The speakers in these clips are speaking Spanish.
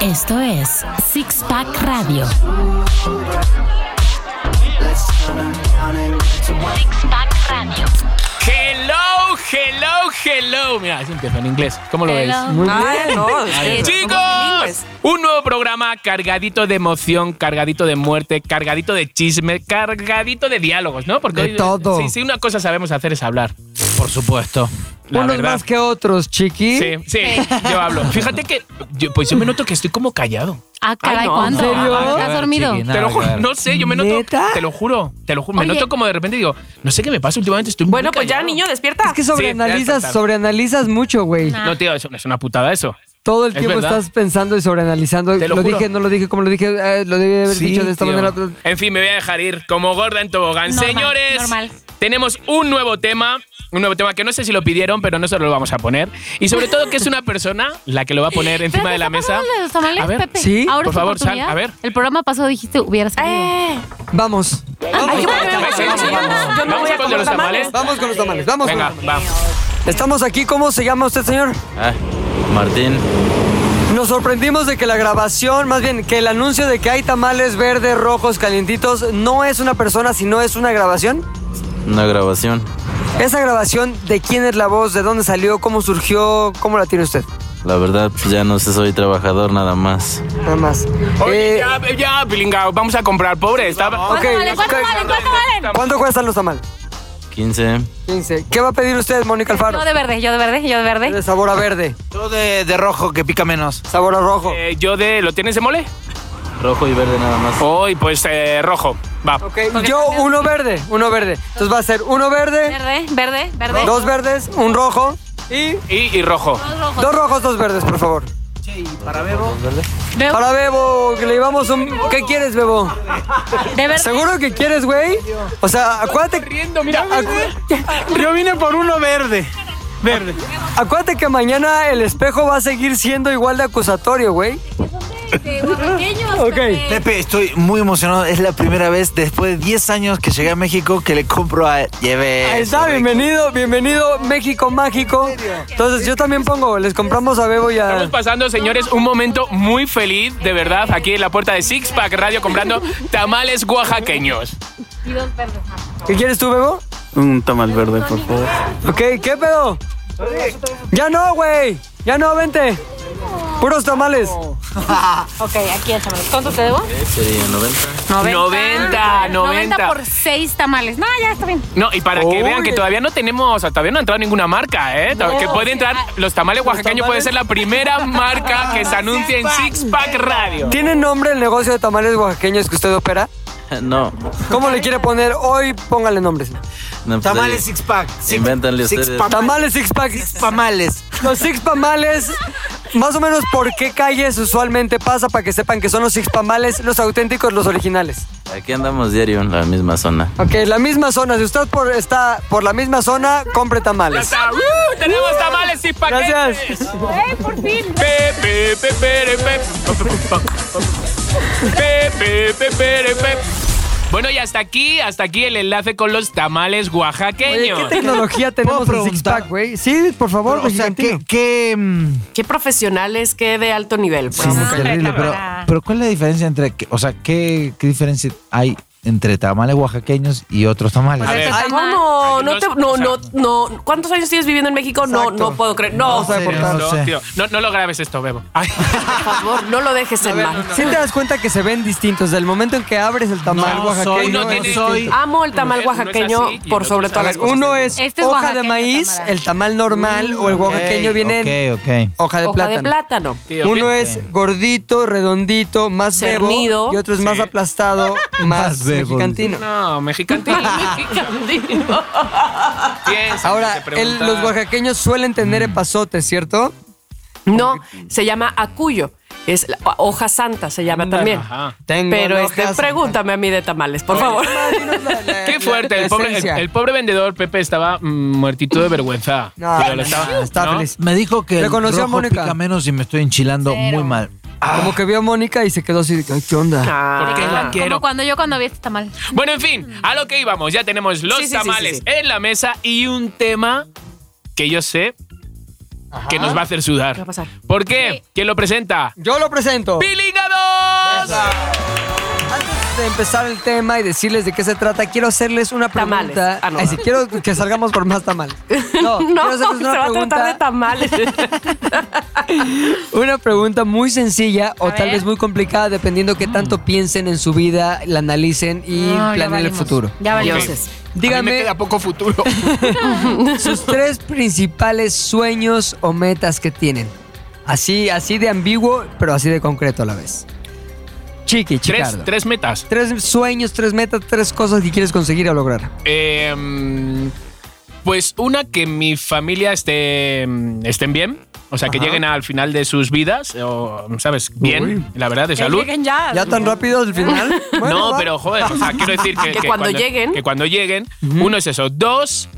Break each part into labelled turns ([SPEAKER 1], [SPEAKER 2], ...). [SPEAKER 1] Esto es Six Pack Radio. Six Pack Radio.
[SPEAKER 2] Hello, hello, hello. Mira, así empiezo en inglés. ¿Cómo lo
[SPEAKER 1] Hello.
[SPEAKER 2] ves?
[SPEAKER 3] Ay, no, Ah, es que somos
[SPEAKER 2] Chicos,
[SPEAKER 3] bilingües.
[SPEAKER 2] un nuevo programa cargadito de emoción, cargadito de muerte, cargadito de chisme, cargadito de diálogos, ¿no? Porque
[SPEAKER 4] De
[SPEAKER 2] hoy-
[SPEAKER 4] todo.
[SPEAKER 2] Sí, sí, una cosa sabemos hacer es hablar.
[SPEAKER 5] Por supuesto.
[SPEAKER 2] La
[SPEAKER 4] Unos
[SPEAKER 2] verdad.
[SPEAKER 4] más que otros, chiqui.
[SPEAKER 2] Sí, sí, yo hablo. Fíjate que yo, pues yo me noto que estoy como callado.
[SPEAKER 1] Ah, caray,
[SPEAKER 3] no,
[SPEAKER 1] ¿cuándo?
[SPEAKER 4] ¿en serio?
[SPEAKER 1] Ah,
[SPEAKER 5] A
[SPEAKER 1] ¿Estás
[SPEAKER 5] ver,
[SPEAKER 1] dormido?
[SPEAKER 5] chiqui,
[SPEAKER 2] te
[SPEAKER 5] nada
[SPEAKER 2] lo
[SPEAKER 5] que
[SPEAKER 2] juro,
[SPEAKER 5] ver.
[SPEAKER 2] no sé, yo me noto,
[SPEAKER 4] ¿Neta?
[SPEAKER 2] te lo juro, te lo juro, me
[SPEAKER 1] Oye.
[SPEAKER 2] noto como de repente digo, no sé qué me pasa últimamente, estoy muy
[SPEAKER 3] Bueno, pues ya,
[SPEAKER 2] callado.
[SPEAKER 3] niño, despierta.
[SPEAKER 4] Es que
[SPEAKER 2] Sí, ya
[SPEAKER 4] sobreanalizas,
[SPEAKER 2] está tarde.
[SPEAKER 4] sobreanalizas mucho, güey.
[SPEAKER 1] Nah.
[SPEAKER 2] No, tío, eso es una putada eso.
[SPEAKER 4] Todo el
[SPEAKER 2] Es
[SPEAKER 4] tiempo
[SPEAKER 2] verdad.
[SPEAKER 4] estás pensando y sobreanalizando.
[SPEAKER 2] Te lo
[SPEAKER 4] Lo,
[SPEAKER 2] juro.
[SPEAKER 4] dije, no lo dije, como lo dije, eh, lo debí haber
[SPEAKER 2] Sí,
[SPEAKER 4] dicho de esta
[SPEAKER 2] tío.
[SPEAKER 4] manera.
[SPEAKER 2] En fin, me voy a dejar ir como gorda en tobogán.
[SPEAKER 1] Normal,
[SPEAKER 2] Señores,
[SPEAKER 1] normal.
[SPEAKER 2] tenemos un nuevo tema. Un nuevo tema que no sé si lo pidieron, pero nosotros lo vamos a poner. Y sobre todo que es una persona la que lo va a poner
[SPEAKER 1] ¿Pero
[SPEAKER 2] encima
[SPEAKER 1] qué
[SPEAKER 2] de la
[SPEAKER 1] está
[SPEAKER 2] mesa.
[SPEAKER 1] pasando lo de los tamales,
[SPEAKER 2] A ver,
[SPEAKER 1] Pepe?
[SPEAKER 4] sí,
[SPEAKER 1] Ahora
[SPEAKER 2] por
[SPEAKER 1] es tu
[SPEAKER 2] favor, sal,
[SPEAKER 1] oportunidad.
[SPEAKER 2] a ver.
[SPEAKER 1] El programa pasado dijiste hubiera salido.
[SPEAKER 3] Eh.
[SPEAKER 4] Vamos.
[SPEAKER 3] Ay, yo me
[SPEAKER 2] Vamos,
[SPEAKER 3] voy
[SPEAKER 2] vamos,
[SPEAKER 3] a comer.
[SPEAKER 2] vamos.
[SPEAKER 3] Yo me
[SPEAKER 2] Vamos
[SPEAKER 3] voy a
[SPEAKER 2] con
[SPEAKER 3] comer
[SPEAKER 2] los tamales.
[SPEAKER 3] tamales.
[SPEAKER 4] Vamos con los tamales, vamos. con
[SPEAKER 2] Venga,
[SPEAKER 4] los
[SPEAKER 2] va.
[SPEAKER 4] tamales. Estamos aquí, ¿cómo se llama usted, señor?
[SPEAKER 5] Ah, Martín.
[SPEAKER 4] Nos sorprendimos de que la grabación, más bien que el anuncio de que hay tamales verdes, rojos, calientitos, no es una persona, sino es una grabación.
[SPEAKER 5] Una grabación.
[SPEAKER 4] Esa grabación, ¿de quién es la voz? ¿De dónde salió? ¿Cómo surgió? ¿Cómo la tiene usted?
[SPEAKER 5] La verdad, pues ya no sé, soy trabajador nada más.
[SPEAKER 4] Nada más.
[SPEAKER 2] Oye,
[SPEAKER 4] Eh,
[SPEAKER 2] ya, ya, pilingao, vamos a comprar, pobre. Está...
[SPEAKER 4] ok,
[SPEAKER 1] valen? ¿Cuánto
[SPEAKER 4] ok.
[SPEAKER 1] valen? ¿Cuánto valen?
[SPEAKER 4] ¿Cuánto cuestan los tamales?
[SPEAKER 5] 15.
[SPEAKER 4] 15. ¿Qué va a pedir usted, Mónica Alfaro?
[SPEAKER 1] Yo de verde, yo de verde, yo de verde.
[SPEAKER 4] De sabor a verde,
[SPEAKER 6] Tú de, de rojo que pica menos.
[SPEAKER 4] sabor a rojo.
[SPEAKER 2] Eh, yo de... ¿Lo tienes de mole?
[SPEAKER 5] Rojo y verde nada más.
[SPEAKER 2] Hoy, pues eh, rojo. Va.
[SPEAKER 4] Ok, yo uno verde, uno verde. Entonces va a ser uno verde,
[SPEAKER 1] Verde, verde, verde.
[SPEAKER 4] dos verdes, un rojo y
[SPEAKER 2] Y, y rojo.
[SPEAKER 1] Dos rojos.
[SPEAKER 4] dos rojos, dos verdes, por favor.
[SPEAKER 1] Veo-
[SPEAKER 4] Para Bebo, que le llevamos un... ¿Qué quieres, Bebo?
[SPEAKER 1] De verde.
[SPEAKER 4] ¿Seguro que quieres, güey? O sea, acuérdate,
[SPEAKER 2] Riendo, mira.
[SPEAKER 4] acu-
[SPEAKER 6] Yo vine por uno verde. Verde.
[SPEAKER 4] acuérdate que mañana el espejo va a seguir siendo igual de acusatorio, güey.
[SPEAKER 1] De oaxaqueños,
[SPEAKER 4] Ok.
[SPEAKER 1] Pepe.
[SPEAKER 6] Pepe, estoy muy emocionado. Es la primera vez después de 10 años que llegué a México que le compro a Lleve.
[SPEAKER 4] Ahí está, bienvenido, bienvenido México Mágico. Entonces yo también pongo, les compramos a Bebo y a...
[SPEAKER 2] Estamos pasando, señores, un momento muy feliz, de verdad, aquí en la puerta de Six Pack Radio comprando tamales oaxaqueños.
[SPEAKER 1] Y dos verdes. más.
[SPEAKER 4] ¿Qué quieres tú, Bebo?
[SPEAKER 5] Un tamal verde, por favor.
[SPEAKER 4] Ok, ¿qué pedo? Ya no, güey. Ya no, vente. Puros tamales.
[SPEAKER 1] Ok, aquí échamelos. ¿Cuánto te debo?
[SPEAKER 5] Sería 90.
[SPEAKER 2] 90, 90.
[SPEAKER 1] por 6 tamales. No, ya está bien.
[SPEAKER 2] No, y para que
[SPEAKER 4] Oye.
[SPEAKER 2] vean que todavía no tenemos, todavía no ha entrado ninguna marca, ¿eh? que puede entrar, los tamales oaxaqueños puede ser la primera marca que se anuncia en Six Pack Radio.
[SPEAKER 4] ¿Tiene nombre el negocio de tamales oaxaqueños que usted opera?
[SPEAKER 5] No.
[SPEAKER 4] ¿Cómo le quiere poner? Hoy póngale nombres.
[SPEAKER 5] no, pues,
[SPEAKER 6] Tamales
[SPEAKER 5] eh,
[SPEAKER 6] six pack. Six-
[SPEAKER 5] Invéntanle ustedes.
[SPEAKER 6] pack.
[SPEAKER 4] Tamales Six Pack.
[SPEAKER 6] Tamales.
[SPEAKER 4] Los Six Pamales. Más o menos por qué calles usualmente pasa para que sepan que son los Six Pamales, los auténticos, los originales.
[SPEAKER 5] Aquí andamos diario en la misma zona.
[SPEAKER 4] Ok, la misma zona. Si usted por- está por la misma zona, compre
[SPEAKER 2] Ya
[SPEAKER 4] tamales.
[SPEAKER 2] está, ¡uh! tenemos tamales y paquetes.
[SPEAKER 4] Gracias.
[SPEAKER 1] ¡Ey, por fin!
[SPEAKER 2] Pe, pe, pe, pere, pe, pa, pa, pa, pa. Pe, pe, pe, pere, pe. Bueno, y hasta aquí, hasta aquí el enlace con los tamales
[SPEAKER 4] Oye, ¿qué
[SPEAKER 2] oaxaqueños.
[SPEAKER 4] tecnología tenemos en Six
[SPEAKER 6] preguntar?
[SPEAKER 4] Pack, güey? Sí, por favor,
[SPEAKER 6] o sea,
[SPEAKER 4] mexicantino.
[SPEAKER 6] que. que mm,
[SPEAKER 3] Qué profesionales, qué de alto nivel. pues.
[SPEAKER 6] sí,
[SPEAKER 1] hombre,
[SPEAKER 6] terrible,
[SPEAKER 1] la
[SPEAKER 6] pero,
[SPEAKER 1] verdad.
[SPEAKER 6] pero ¿cuál es la diferencia entre. que- O sea, ¿qué, qué diferencia hay entre tamales oaxaqueños y otros tamales?
[SPEAKER 4] Pues,
[SPEAKER 1] A ver.
[SPEAKER 3] Ay,
[SPEAKER 1] Tama-
[SPEAKER 3] ¿Cómo?
[SPEAKER 2] Ay,
[SPEAKER 3] No,
[SPEAKER 2] no
[SPEAKER 3] te,
[SPEAKER 2] es-
[SPEAKER 3] no,
[SPEAKER 2] o sea-
[SPEAKER 3] no, no. ¿Cuántos años tienes viviendo en México? No,
[SPEAKER 4] Exacto.
[SPEAKER 3] no puedo creer. No,
[SPEAKER 4] Vamos a deportar.
[SPEAKER 6] no sé.
[SPEAKER 2] No, tío, no, no lo grabes esto, Bebo. Ay.
[SPEAKER 3] por favor, no lo dejes en mal.
[SPEAKER 4] Sí te das cuenta que se ven distintos. Del momento en que abres el tamal
[SPEAKER 6] No soy,
[SPEAKER 4] oaxaqueño,
[SPEAKER 2] no
[SPEAKER 4] es
[SPEAKER 2] tiene-
[SPEAKER 4] distinto.
[SPEAKER 6] soy-
[SPEAKER 3] Amo el tamal
[SPEAKER 2] Uno es- uno es
[SPEAKER 3] oaxaqueño
[SPEAKER 2] así y el
[SPEAKER 3] por
[SPEAKER 2] otro
[SPEAKER 3] sobre
[SPEAKER 2] es
[SPEAKER 3] todas las
[SPEAKER 2] así.
[SPEAKER 3] cosas.
[SPEAKER 4] Uno es
[SPEAKER 1] Este es
[SPEAKER 4] hoja
[SPEAKER 1] oaxaqueño,
[SPEAKER 4] de maíz,
[SPEAKER 1] cámara.
[SPEAKER 4] el tamal normal o el oaxaqueño
[SPEAKER 6] Ok,
[SPEAKER 4] viene en
[SPEAKER 6] Ok, ok.
[SPEAKER 4] hoja de
[SPEAKER 3] Hoja de
[SPEAKER 4] plátano.
[SPEAKER 3] plátano.
[SPEAKER 2] Tío,
[SPEAKER 4] Uno
[SPEAKER 2] bien.
[SPEAKER 4] es gordito, redondito, más bebo,
[SPEAKER 3] Cernido.
[SPEAKER 4] y otro es más aplastado, más
[SPEAKER 6] Más bebo,
[SPEAKER 4] mexicantino.
[SPEAKER 2] No, mexicantino. Piensa,
[SPEAKER 4] Ahora,
[SPEAKER 2] te
[SPEAKER 4] el-
[SPEAKER 2] pregunta. Mm.
[SPEAKER 4] los oaxaqueños suelen tener epazotes, ¿cierto?
[SPEAKER 3] No, se llama acuyo. Es la- hoja santa, se llama también.
[SPEAKER 2] Ajá.
[SPEAKER 4] Tengo
[SPEAKER 3] Pero
[SPEAKER 4] la
[SPEAKER 3] este,
[SPEAKER 4] hoja santa.
[SPEAKER 3] pregúntame a mí de tamales, por favor.
[SPEAKER 4] Eh,
[SPEAKER 2] Qué fuerte, el pobre, el, el pobre vendedor Pepe estaba mm, muertito de vergüenza.
[SPEAKER 4] No,
[SPEAKER 2] Pero lo
[SPEAKER 4] no,
[SPEAKER 2] estaba-
[SPEAKER 4] no, está
[SPEAKER 2] ¿no?
[SPEAKER 4] feliz.
[SPEAKER 6] Me dijo que el
[SPEAKER 4] Reconoció a
[SPEAKER 6] rojo
[SPEAKER 4] Mónica.
[SPEAKER 6] pica menos y me estoy enchilando muy mal.
[SPEAKER 2] Ah.
[SPEAKER 4] Como que vio a Mónica y se quedó así, de, "Ay, ¿qué onda?
[SPEAKER 2] Porque
[SPEAKER 3] Ah.
[SPEAKER 2] la quiero.
[SPEAKER 1] Como cuando yo cuando vi este tamal.
[SPEAKER 2] Bueno, en fin, a lo que íbamos. Ya tenemos los
[SPEAKER 3] Sí, sí, sí,
[SPEAKER 2] tamales
[SPEAKER 3] sí,
[SPEAKER 2] en la mesa y un tema que yo sé que nos va a hacer sudar.
[SPEAKER 3] ¿Qué va a pasar?
[SPEAKER 2] ¿Por qué? ¿Quién lo presenta?
[SPEAKER 4] Yo lo presento.
[SPEAKER 2] ¡Pilinga 2!
[SPEAKER 4] Antes de empezar el tema y decirles de qué se trata, quiero hacerles una
[SPEAKER 3] Tamales.
[SPEAKER 4] pregunta.
[SPEAKER 3] Ah, no.
[SPEAKER 4] Ay, sí, quiero que salgamos por más tamales. No,
[SPEAKER 3] no,
[SPEAKER 4] quiero hacerles
[SPEAKER 3] se va
[SPEAKER 4] una
[SPEAKER 3] a tratar de
[SPEAKER 4] pregunta,
[SPEAKER 3] tamales.
[SPEAKER 4] una pregunta muy sencilla o
[SPEAKER 1] A
[SPEAKER 4] tal
[SPEAKER 1] ver. Mm.
[SPEAKER 4] vez muy complicada, dependiendo qué tanto piensen en su vida, la analicen y
[SPEAKER 1] No, ya
[SPEAKER 4] planeen el
[SPEAKER 1] valimos.
[SPEAKER 4] futuro.
[SPEAKER 1] Ya valimos.
[SPEAKER 3] Dioses.
[SPEAKER 2] A mí me
[SPEAKER 4] Díganme
[SPEAKER 2] queda poco futuro.
[SPEAKER 4] sus tres principales sueños o metas que tienen. Así, así de ambiguo, pero así de concreto a la vez. Chiqui,
[SPEAKER 2] tres,
[SPEAKER 4] Chicardo.
[SPEAKER 2] tres metas.
[SPEAKER 4] Tres sueños, tres metas, tres cosas que quieres conseguir o lograr.
[SPEAKER 2] Eh, pues una, que mi familia esté, em, estén bien. O sea, que lleguen al final de sus vidas, o, ¿sabes? Bien, la verdad, de
[SPEAKER 3] Que
[SPEAKER 2] salud.
[SPEAKER 3] lleguen ya.
[SPEAKER 4] ¿Ya tan rápido al final? Bueno,
[SPEAKER 2] no,
[SPEAKER 4] va.
[SPEAKER 2] pero joder, o sea, quiero decir que,
[SPEAKER 3] Que cuando lleguen.
[SPEAKER 2] Que cuando lleguen, uno es eso. Dos,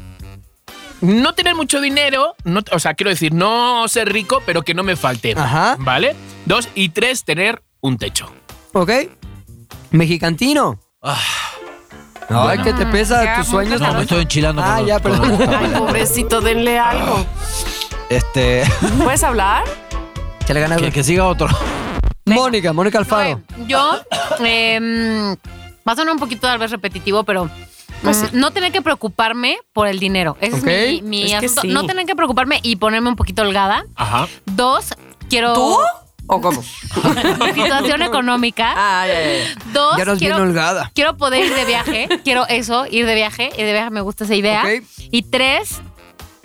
[SPEAKER 2] no tener mucho dinero, no- o sea, quiero decir, no ser rico, pero que no me falte.
[SPEAKER 4] Ajá.
[SPEAKER 2] ¿Vale? Dos, y tres, tener un techo.
[SPEAKER 4] ¿Ok? Mexicantino.
[SPEAKER 2] Ah.
[SPEAKER 4] Ay, que te pesa
[SPEAKER 1] Ya,
[SPEAKER 4] tus sueños.
[SPEAKER 1] no,
[SPEAKER 6] No, me estoy enchilando.
[SPEAKER 4] Ah,
[SPEAKER 6] con los-
[SPEAKER 4] ya,
[SPEAKER 6] con los
[SPEAKER 4] perdón.
[SPEAKER 3] Ay,
[SPEAKER 6] tamales.
[SPEAKER 3] pobrecito, denle algo.
[SPEAKER 6] Este,
[SPEAKER 3] ¿Puedes hablar?
[SPEAKER 4] Que le ganas.
[SPEAKER 6] que,
[SPEAKER 4] güey.
[SPEAKER 6] que siga otro.
[SPEAKER 4] Mónica, Mónica Alfaro.
[SPEAKER 1] No, eh, Yo, eh, mm, va a sonar un poquito tal vez repetitivo, pero mm, no tener que preocuparme por el dinero. Ese
[SPEAKER 4] Ok.
[SPEAKER 1] es mi, mi
[SPEAKER 3] Es que
[SPEAKER 1] asunto.
[SPEAKER 3] sí.
[SPEAKER 1] No tener que preocuparme y ponerme un poquito holgada.
[SPEAKER 2] Ajá.
[SPEAKER 1] Dos, quiero...
[SPEAKER 3] ¿Tú? ¿O cómo?
[SPEAKER 1] Situación económica.
[SPEAKER 3] Ah, ya, ya, ya.
[SPEAKER 1] Dos,
[SPEAKER 4] Ya nos viene
[SPEAKER 1] quiero,
[SPEAKER 4] holgada.
[SPEAKER 1] quiero poder ir de viaje. quiero eso, ir de viaje. Ir de viaje me gusta esa idea.
[SPEAKER 4] Ok.
[SPEAKER 1] Y tres,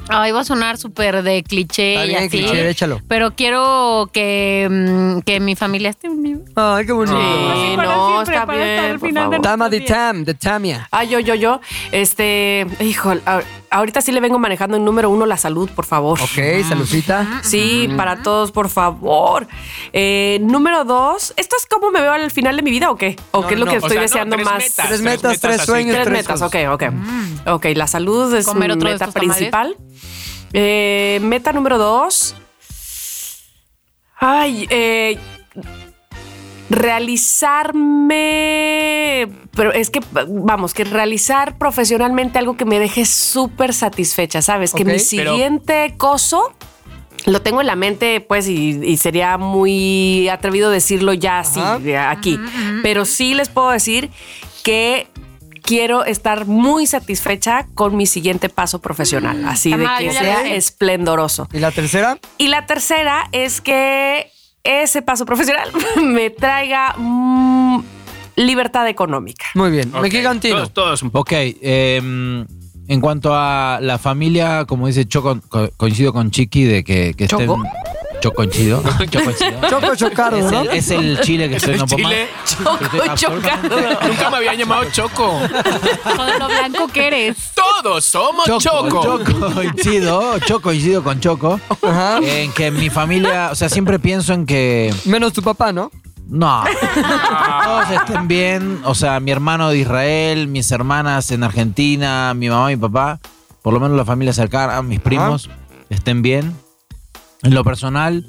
[SPEAKER 1] ahí va a sonar súper de cliché
[SPEAKER 4] Está
[SPEAKER 1] y
[SPEAKER 4] bien,
[SPEAKER 1] así.
[SPEAKER 4] cliché, échalo.
[SPEAKER 1] Pero quiero que, mm, que mi familia esté unida.
[SPEAKER 4] Ay, qué bonito.
[SPEAKER 3] Sí, no, está bien. por favor.
[SPEAKER 4] Dama de Tam, de Tamia.
[SPEAKER 3] Ay, yo, yo, yo. Este, híjole, a- ahorita sí le vengo manejando en número uno la salud, por favor.
[SPEAKER 4] Ok, saludita.
[SPEAKER 3] Sí, para todos, por favor. Eh, número dos, ¿esto es cómo me veo al final de mi vida o qué? ¿O
[SPEAKER 2] No,
[SPEAKER 3] qué es lo
[SPEAKER 2] no,
[SPEAKER 3] que
[SPEAKER 2] o
[SPEAKER 3] estoy
[SPEAKER 2] sea, no,
[SPEAKER 3] deseando
[SPEAKER 2] tres
[SPEAKER 3] más?
[SPEAKER 2] metas,
[SPEAKER 4] Tres metas, tres
[SPEAKER 2] así.
[SPEAKER 4] sueños.
[SPEAKER 3] Tres,
[SPEAKER 4] tres
[SPEAKER 3] metas,
[SPEAKER 4] cosas.
[SPEAKER 3] ok, ok. Ok, la salud es
[SPEAKER 1] Comer otro de
[SPEAKER 3] meta
[SPEAKER 1] estos tamales.
[SPEAKER 3] principal. Eh, meta número dos. Ay, eh, realizarme, pero es que, vamos, que realizar profesionalmente algo que me deje súper satisfecha, ¿sabes?
[SPEAKER 4] Ok.
[SPEAKER 3] que mi
[SPEAKER 2] Pero-
[SPEAKER 3] siguiente coso lo tengo en la mente, pues, y, y sería muy atrevido decirlo ya así,
[SPEAKER 4] Ajá.
[SPEAKER 3] de aquí. Pero sí les puedo decir que quiero estar muy satisfecha con mi siguiente paso profesional, así de
[SPEAKER 1] Tamara,
[SPEAKER 3] que
[SPEAKER 1] yo ya
[SPEAKER 3] sea
[SPEAKER 1] lo sé.
[SPEAKER 3] esplendoroso.
[SPEAKER 4] ¿Y la tercera?
[SPEAKER 3] Y la tercera es que ese paso profesional me traiga mm, libertad económica.
[SPEAKER 4] Muy bien.
[SPEAKER 2] Ok.
[SPEAKER 4] Mexicantino.
[SPEAKER 2] Todos, todos un poco.
[SPEAKER 6] Ok, eh, en cuanto a la familia, como dice Choco, co- coincido con Chiqui de que, que estén...
[SPEAKER 3] ¿Choco?
[SPEAKER 6] Choco coincido. Choco coincido.
[SPEAKER 4] Choco Chocardo,
[SPEAKER 6] Es
[SPEAKER 4] ¿no?
[SPEAKER 6] el, es el chile que
[SPEAKER 2] Es
[SPEAKER 6] estoy
[SPEAKER 2] el
[SPEAKER 6] no puedo más.
[SPEAKER 2] chile.
[SPEAKER 3] Choco,
[SPEAKER 6] Estoy absolutamente-
[SPEAKER 3] chocado.
[SPEAKER 2] Nunca me habían llamado Choco.
[SPEAKER 1] Con lo blanco que eres.
[SPEAKER 2] Todos somos Choco.
[SPEAKER 6] Choco coincido, Choco coincido con Choco.
[SPEAKER 4] Ajá.
[SPEAKER 6] En que mi familia, o sea, siempre pienso en que
[SPEAKER 4] Menos tu papá, ¿no?
[SPEAKER 6] no, que todos estén bien, o sea, mi hermano de Israel, mis hermanas en Argentina, mi mamá, mi papá, por lo menos la familia cercana, mis primos estén bien. En lo personal,